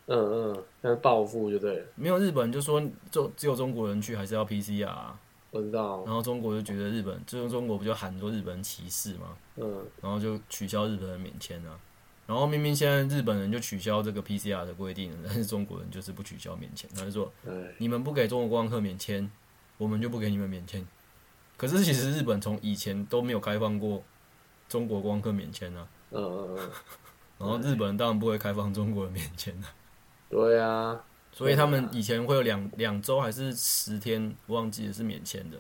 B: 嗯嗯，那报复就对了，
A: 没有日本就说就只有中国人去，还是要 PCR 啊、
B: 我知道。
A: 然后中国就觉得日本，就是中国不就喊说日本人歧视吗？
B: 嗯，
A: 然后就取消日本人免签啊。然后明明现在日本人就取消这个 PCR 的规定了，但是中国人就是不取消免签，他就说
B: 哎，
A: 你们不给中国观光客免签，我们就不给你们免签。可是其实日本从以前都没有开放过中国观光客免签啊，
B: 嗯嗯嗯，
A: 然后日本人当然不会开放中国人免签啊，
B: 对啊。
A: 所以他们以前会有两两周还是十天，忘记了是免签的，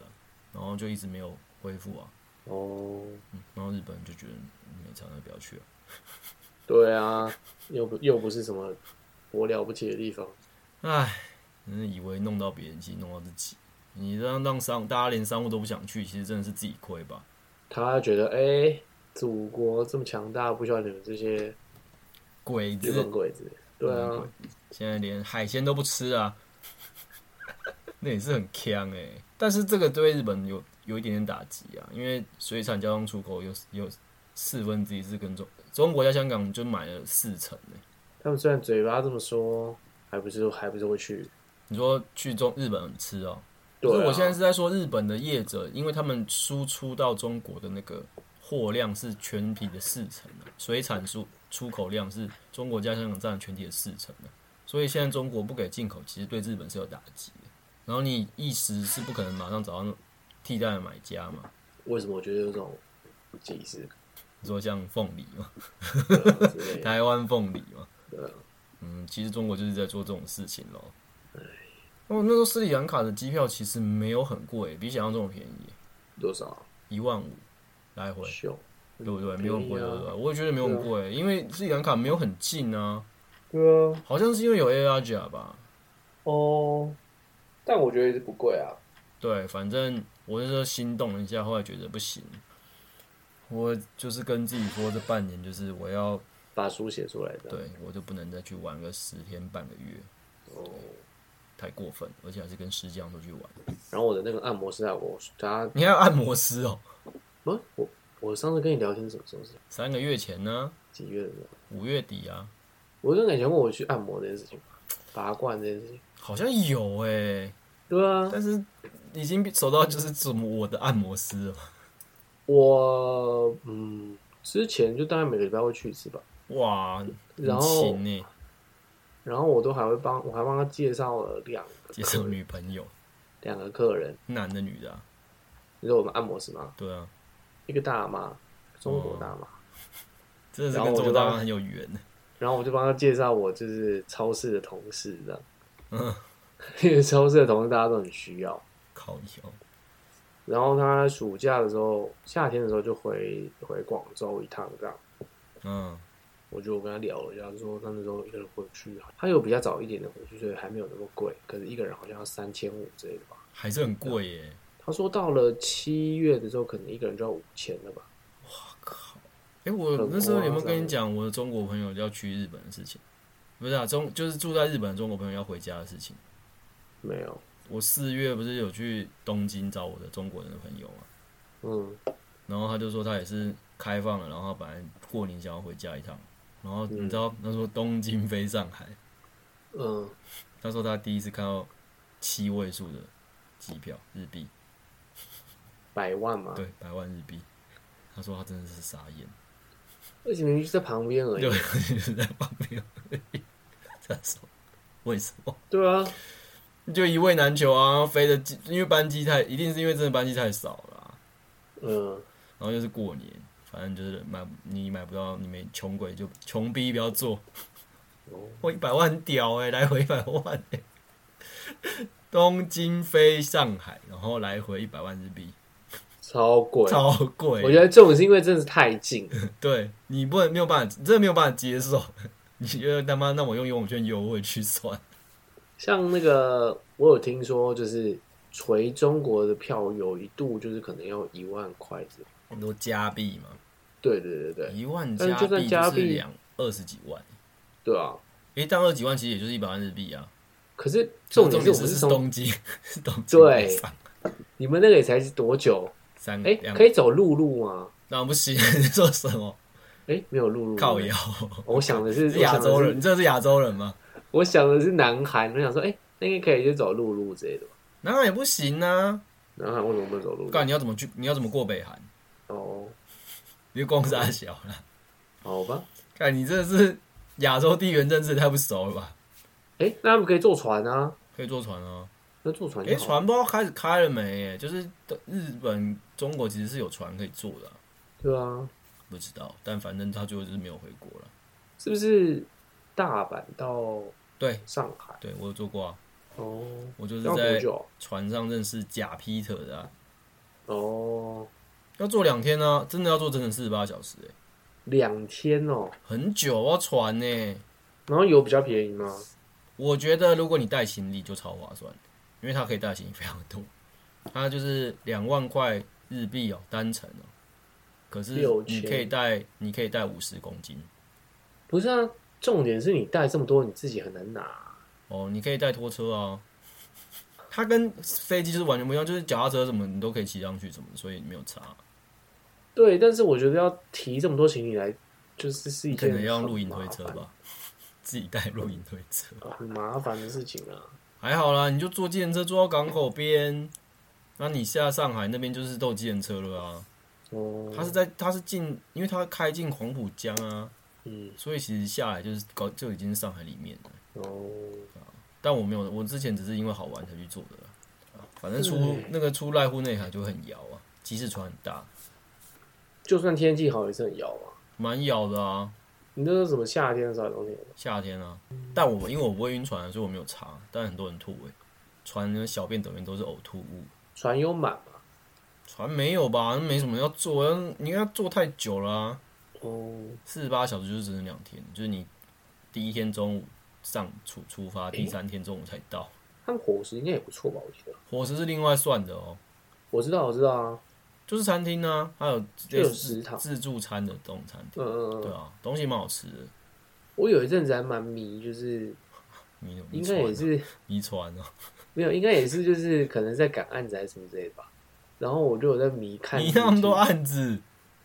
A: 然后就一直没有恢复啊，
B: 哦，
A: 嗯，然后日本人就觉得没差，那不要去了。
B: 对啊，又不又不是什么我了不起的地方。
A: 唉，真是以为弄到别人，其实弄到自己。你这样让商大家连商务都不想去，其实真的是自己亏吧？
B: 他觉得，哎、祖国这么强大，不需要你们这些
A: 鬼
B: 日
A: 子
B: 本，鬼子。对啊，
A: 现在连海鲜都不吃啊， [LAUGHS] 那也是很呛哎、但是这个对日本有有一点点打击啊，因为水产加工出口有有四分之一是跟中中国加香港就买了四成哎、
B: 他们虽然嘴巴这么说，还不是还不是会去。
A: 你说去中日本吃哦、
B: 对、
A: 可
B: 啊，
A: 是我现在是在说日本的业者，因为他们输出到中国的那个货量是全体的四成啊，水产输出口量是中国加香港占了全体的四成啊，所以现在中国不给进口，其实对日本是有打击的。然后你一时是不可能马上找到替代的买家嘛，
B: 为什么我觉得有种即视
A: 你说像凤梨嘛，
B: 感对啊之类的
A: 台湾凤梨嘛，
B: 对啊
A: 嗯，其实中国就是在做这种事情咯。哦，那时候斯里兰卡的机票其实没有很贵，比想象中的便宜，
B: 多少啊
A: 一万五来回，
B: 秀？
A: 对不对？没有很贵，
B: 便宜啊
A: 对不对？我也觉得没有很贵，因为斯里兰卡没有很近啊，
B: 对啊，
A: 好像是因为有 ARG 吧？
B: 哦，但我觉得也是不贵啊。
A: 对，反正我那时候心动了一下，后来觉得不行，我就是跟自己说，这半年就是我要，
B: 把书写出来的，，
A: 对我就不能再去玩个十天半个月，
B: 哦，
A: 太过分，而且还是跟师匠出去玩。
B: 然后我的那个按摩师啊，我他
A: 你还有按摩师哦？
B: 啊，我我上次跟你聊天是什么时候是
A: 三个月前呢，
B: 几月的时候？
A: 五月底啊，
B: 我跟你讲过我去按摩这件事情，拔罐这件事情，
A: 好像有哎、
B: 对啊，
A: 但是已经收到就是什么我的按摩师了。
B: 我嗯，之前就大概每个礼拜会去一次吧，
A: 哇，
B: 然
A: 很
B: 后
A: 勤欸呢，
B: 然后我都还会帮我还帮他介绍了两个
A: 介绍女朋友， [LAUGHS]
B: 两个客人，
A: 男的女的、啊，
B: 你知道我们按摩师吗？
A: 对啊，
B: 一个大妈，中
A: 嗯
B: 国大妈，
A: 真的是
B: 然后
A: 跟
B: 我
A: 中
B: 就
A: 国大
B: 让
A: 妈很有缘。
B: 然后我就帮他介绍我就是超市的同事这样，
A: 嗯，
B: [LAUGHS] 因为超市的同事大家都很需要。
A: 靠腰，
B: 然后他暑假的时候，夏天的时候就回回广州一趟，这样
A: 嗯，
B: 我就跟他聊了一下，说他那时候一个人回去，他有比较早一点的回去，所以还没有那么贵，可是一个人好像要三千五之类的吧。
A: 还是很贵耶。
B: 他说到了七月的时候，可能一个人就要五千了吧？
A: 靠！哎、我
B: 啊
A: 那时候有没有跟你讲我的中国朋友要去日本的事情？不是啊，中就是住在日本的中国朋友要回家的事情。
B: 没有，
A: 我四月不是有去东京找我的中国人的朋友嘛，
B: 嗯，
A: 然后他就说他也是开放了，然后本来过年想要回家一趟，然后你知道他说东京飞上海，
B: 嗯，
A: 他说他第一次看到七位数的机票日币，
B: 百万嘛，
A: 对，百万日币。他说他真的是傻眼，
B: 而且明明就在旁边而已
A: 对，，就是在旁边而已。他说为什么？
B: 对啊，
A: 就一位难求啊，然后飞的机，因为班机太，一定是因为真的班机太少了啊、
B: 嗯，
A: 然后又是过年，反正就是买你买不到，你们穷鬼就穷逼不要做。
B: 哦
A: 我一百万很屌哎、来回一百万哎、东京飞上海，然后来回一百万日币，
B: 超贵。
A: 超贵。啊
B: 我觉得这种是因为真的是太近，
A: 对你不能没有办法，真的没有办法接受。你觉得他妈让我用游泳圈游会去算？
B: 像那个我有听说，就是回中国的票有一度就是可能要一万块之类的
A: 很多加币嘛，
B: 对对对对
A: 一万
B: 但是
A: 加
B: 嗯就算
A: 币
B: 加
A: 就是
B: 币
A: 两二十几万，
B: 对啊！
A: 诶、但二十几万其实也就是一百万日币啊。
B: 可是重点
A: 点
B: 是我
A: 是
B: 们
A: 是
B: 是从
A: 东京， [LAUGHS] 是东京
B: 对
A: 上
B: 你们那个也才多久？
A: 三
B: 哎、
A: 嗯两
B: 可以走陆路吗？
A: 那不行， [LAUGHS] 你说什么
B: 哎、没有陆路，
A: 靠腰？
B: [LAUGHS] 我想的是
A: 你是 [LAUGHS] 亚洲人，，你真的是亚洲人吗？
B: 我想的是南韩，我想说，哎、那应该可以就走陆路之类的吧？
A: 南韩也不行啊！
B: 南韩为什么不能走陆
A: 我
B: 路
A: 告？诉你要怎么去，你要怎么过北韩？
B: 哦，
A: 你就光沙小了。
B: 好吧，
A: 看你真的是亚洲地缘政治也太不熟了吧？
B: 哎、那他们可以坐船啊，
A: 可以坐船哦、
B: 那坐船
A: 啊，
B: 就
A: 哎，
B: 好。
A: 船不知道开始开了没？哎，就是日本、中国其实是有船可以坐的啊、
B: 对啊，
A: 不知道。但反正他最后就是没有回国了。
B: 是不是大阪到
A: 对，
B: 上海？
A: 对我有坐过啊，
B: 哦，
A: 我就是
B: 要多
A: 在
B: 久？
A: 船上认识假 Peter 的、啊。
B: 哦，
A: 要做两天呢、真的要做整整四十八小时、欸，
B: 两天哦，
A: 很久要船呢、欸
B: 然后油比较便宜吗？
A: 我觉得如果你带行李就超划算，因为它可以带行李非常多，它就是两万块日币哦、单程哦、可是
B: 六
A: 你
B: 千
A: 可以带，你可以带五十公斤
B: 不是啊，重点是你带这么多，你自己很难拿。
A: 哦，你可以带拖车啊。它跟飞机就是完全不一样，就是脚踏车什么你都可以骑上去什么的，所以没有差。
B: 对，但是我觉得要提这么多行李来，就是是一
A: 你可
B: 件
A: 能要
B: 很
A: 用露营推
B: 麻
A: 车
B: 烦
A: 吧，自己带露营推车。
B: 很麻烦的事情啊。
A: 还好啦，你就坐计程车坐到港口边，那你下上海那边就是坐计程车了啊。
B: 哦，
A: 它是在它是进，因为它开进黄浦江啊，
B: 嗯，
A: 所以其实下来就是高就已经是上海里面了。
B: 哦，
A: 但我没有，我之前只是因为好玩才去做的啦。啊反正出
B: 对
A: 那个出濑户内海就很摇啊，鸡翅船很大，
B: 就算天气好也是很摇嘛。
A: 蛮咬的啊，
B: 你那是什么夏天的时候还是冬天的时
A: 夏天啊。但我因为我不会晕船，所以我没有查。但很多人吐诶、船的小便等于都是呕吐物。
B: 候？船有满嘛？
A: 船没有吧？那没什么要做，要你要做太久了、啊，
B: 哦，
A: 四十八小时就是整整两天，就是你第一天中午上出出发，第三天中午才到。
B: 他们伙食应该也不错吧？我记得，
A: 伙食是另外算的哦，
B: 我知道，我知道啊。
A: 就是餐厅啊，还有
B: 就有
A: 自
B: 食堂
A: 自助餐的这种餐厅，
B: 嗯嗯
A: 对
B: 嗯，
A: 啊，东西蛮好吃的。
B: 我有一阵子还蛮迷，就是
A: 迷
B: 应该也是
A: 遗传啊，
B: 没有，应该也是就是可能在赶案子还是什么之类的吧。然后我就有在迷看，
A: 你那么多，啊案子，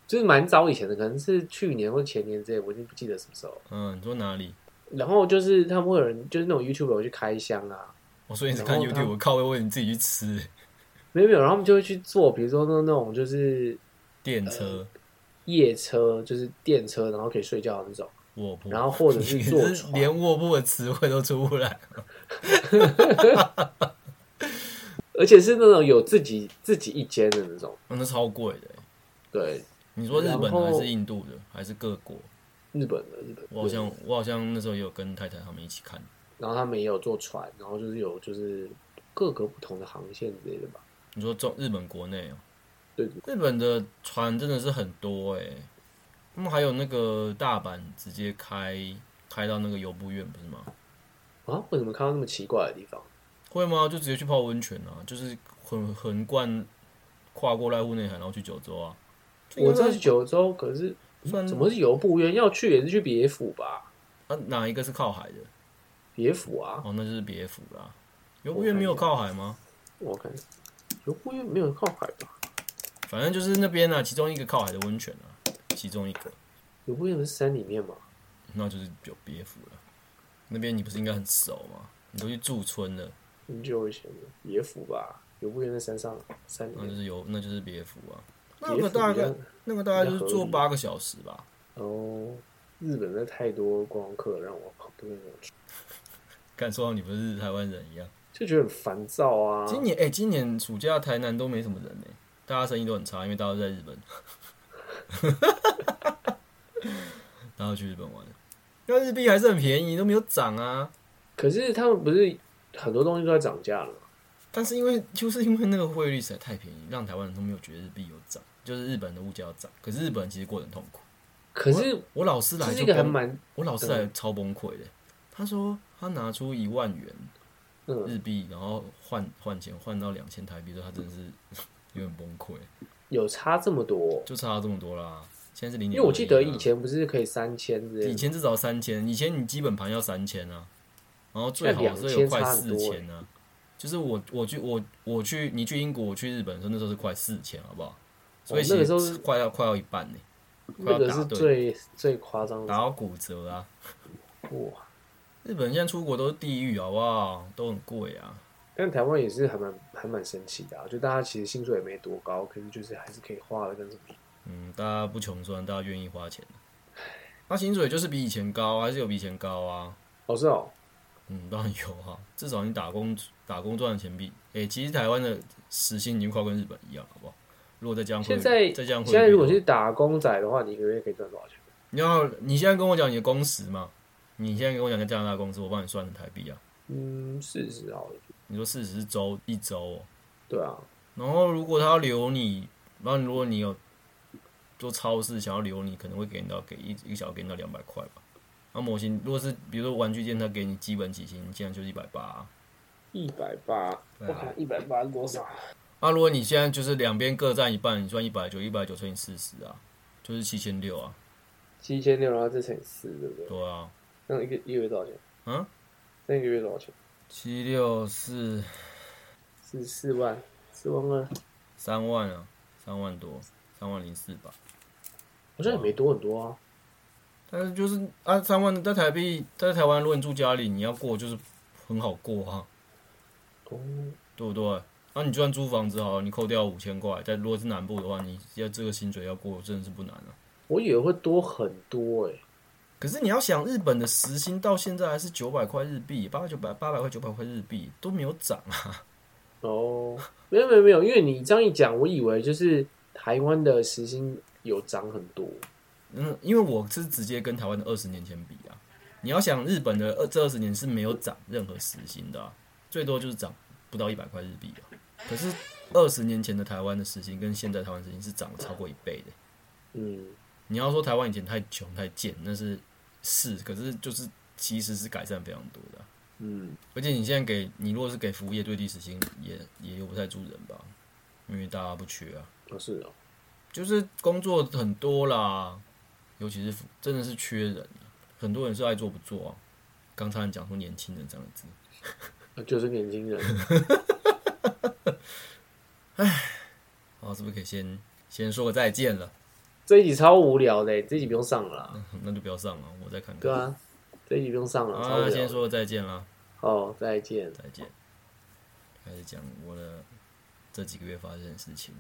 B: 就是蛮早以前的，可能是去年或前年之类，我已经不记得什么时候。
A: 嗯，你说哪里？
B: 然后就是他们会有人，就是那种 YouTuber 去开箱啊，
A: 我哦说你是看
B: 然后他
A: YouTube，我靠，我以为你自己去吃
B: 没有没有，然后他们就会去做，比如说那那种就是
A: 电车，
B: 呃夜车，就是电车，然后可以睡觉的那种，
A: 卧铺，
B: 然后或者
A: 嗯 [LAUGHS] 你
B: 是坐
A: 是
B: 船，
A: 连卧铺的词汇都出不来，
B: 而且是那种有自己自己一间的那种。
A: 嗯那超贵的欸。
B: 对，
A: 你说日本的
B: 然后
A: 还是印度的，还是各国？
B: 日本的日本的，
A: 我好像我好像那时候也有跟太太他们一起看，
B: 然后他们也有坐船，然后就是有就是各个不同的航线之类的吧。
A: 你说中日本国内哦、
B: 对
A: 日本的船真的是很多哎、他们还有那个大阪直接开开到那个游步院不是吗？
B: 啊，为什么看到那么奇怪的地方？
A: 会吗？就直接去泡温泉啊，就是横横贯跨过濑户内海，然后去九州啊。
B: 我在九州，可是
A: 算
B: 怎么是游步院？要去也是去别府吧？
A: 啊？哪一个是靠海的？
B: 别府啊，
A: 哦，那就是别府啦。游步院没有靠海吗？
B: 我看游步院没有靠海吧？
A: 反正就是那边啊，其中一个靠海的温泉啊，其中一个，
B: 游步院不是山里面吗？
A: 那就是有别府了。那边你不是应该很熟吗？你都去驻村了，
B: 很久以前的别府吧？游步院在山上，山里
A: 那就
B: 面。
A: 是有，那就是别府啊。那
B: 别
A: 个
B: 府
A: 大
B: 比
A: 概
B: 较
A: 那个大概就是
B: 比较
A: 坐
B: 合理
A: 八个小时吧。
B: 哦，日本的太多观光客让我不愿意去，
A: 感受到你不是台湾人一样。
B: 就觉得很烦躁啊。
A: 今年哎、今年暑假台南都没什么人哎、大家生意都很差，因为大家都在日本， [LAUGHS] 大家都去日本玩。那日币还是很便宜，都没有涨啊。
B: 可是他们不是很多东西都在涨价了吗？
A: 但是因为就是因为那个汇率实在太便宜，让台湾人都没有觉得日币有涨，就是日本的物价有涨。可是日本其实过得很痛苦。
B: 可是
A: 我老师
B: 这
A: 来
B: 是
A: 就
B: 一个很
A: 崩，
B: 蛮
A: 我老师来超崩溃的。他说他拿出一万元
B: 嗯
A: 日币，然后换换钱换到两千台币，说他真的是 [LAUGHS] 有点崩溃。
B: 有差这么多，
A: 就差这么多啦。现在是零
B: 因
A: 点，啊
B: 为我记得以前不是可以三千之类
A: 以
B: 的，
A: 前至少三千，以前你基本盘要三千啊，然后最好
B: 现在
A: 是有
B: 2000
A: 快
B: 差很
A: 四
B: 多欸
A: 千啊。就是我我去我我去你去英国我去日本的时候，那时候是快四千，好不好？所以
B: 哦
A: 其
B: 那个时候
A: 实快要快要一半呢、快
B: 那
A: 要
B: 个
A: 打
B: 是
A: 对
B: 最最夸张
A: 打
B: 的
A: 到骨折啊！
B: 哇！
A: 日本现在出国都是地狱，好不好？都很贵啊。
B: 但台湾也是还蛮还蛮神奇的、啊，就大家其实薪水也没多高，可是就是还是可以花的跟什么。
A: 嗯，大家不穷酸，大家愿意花钱。那薪水就是比以前高，还是有比以前高啊？
B: 哦是哦，
A: 嗯， [LAUGHS] 当然有啊，至少你打工打工赚的钱比，诶、其实台湾的时薪已经快跟日本一样，好不好？如果再加上汇
B: 现
A: 率
B: 在
A: 再加上汇率
B: 现在如果
A: 的话
B: 是打工仔的话，你一个月可以赚多少钱？
A: 你要你现在跟我讲你的工时嘛，你现在跟我讲你在加拿大工资，我帮你算成台币啊。
B: 嗯，四十好了，
A: 你说四十周一周、哦，
B: 对啊，
A: 然后如果他要留你，然后如果你有做超市想要留你，可能会给你到给一一个小时给你到两百块吧。那模型如果是比如说玩具店，他给你基本起薪，你现在就是一百八啊。
B: 一百八，
A: 对
B: 我
A: 啊
B: 看一百八多少？啊
A: 那、如果你现在就是两边各占一半，你算一百九，一百九乘以四十啊，就是七千六啊。
B: 七千六，然后再乘以四，对不对？
A: 对啊，
B: 那一个一个月多少钱？
A: 嗯，
B: 那一个月多少钱？
A: 七六四
B: 是四万，四万二，
A: 三万啊，三万多，三万零四吧。
B: 好像也没多很多啊。
A: 但是就是啊，三万在台币，在台湾，如果你住家里，你要过就是很好过啊，
B: 哦，
A: 对不对？啊，你就算租房子好了，你扣掉五千块，在如果是南部的话，你要这个薪水要过真的是不难啊。
B: 我以为会多很多哎、
A: 可是你要想，日本的时薪到现在还是九百块日币，八九百八百块九百块日币都没有涨啊。
B: 哦，没有没有没有，因为你这样一讲，我以为就是台湾的时薪有涨很多。
A: 嗯，因为我是直接跟台湾的二十年前比啊。你要想日本的二这二十年是没有涨任何时薪的、啊，最多就是涨不到一百块日币啊。可是二十年前的台湾的时薪跟现在台湾时薪是涨了超过一倍的。
B: 嗯，
A: 你要说台湾以前太穷太贱，那是是，可是就是其实是改善非常多的啊、
B: 嗯，
A: 而且你现在给你如果是给服务业最低时薪，也也留不太住人吧，因为大家不缺啊。
B: 哦是哦，
A: 就是工作很多啦，尤其是真的是缺人，啊很多人是爱做不做啊。刚才你讲说年轻人这样子，
B: 呃就是年轻人。
A: 好，啊是不是可以先先说个再见了？ [LAUGHS]
B: 这一集超无聊的，这一集不用上了啦。
A: 那就不要上了，我再看看。
B: 对啊，这一集不用上
A: 好
B: 了，
A: 啊，
B: 超无
A: 那先
B: 聊。
A: 说个再见啦，
B: 哦，再见。
A: 再见。开始讲我的这几个月发生的事情。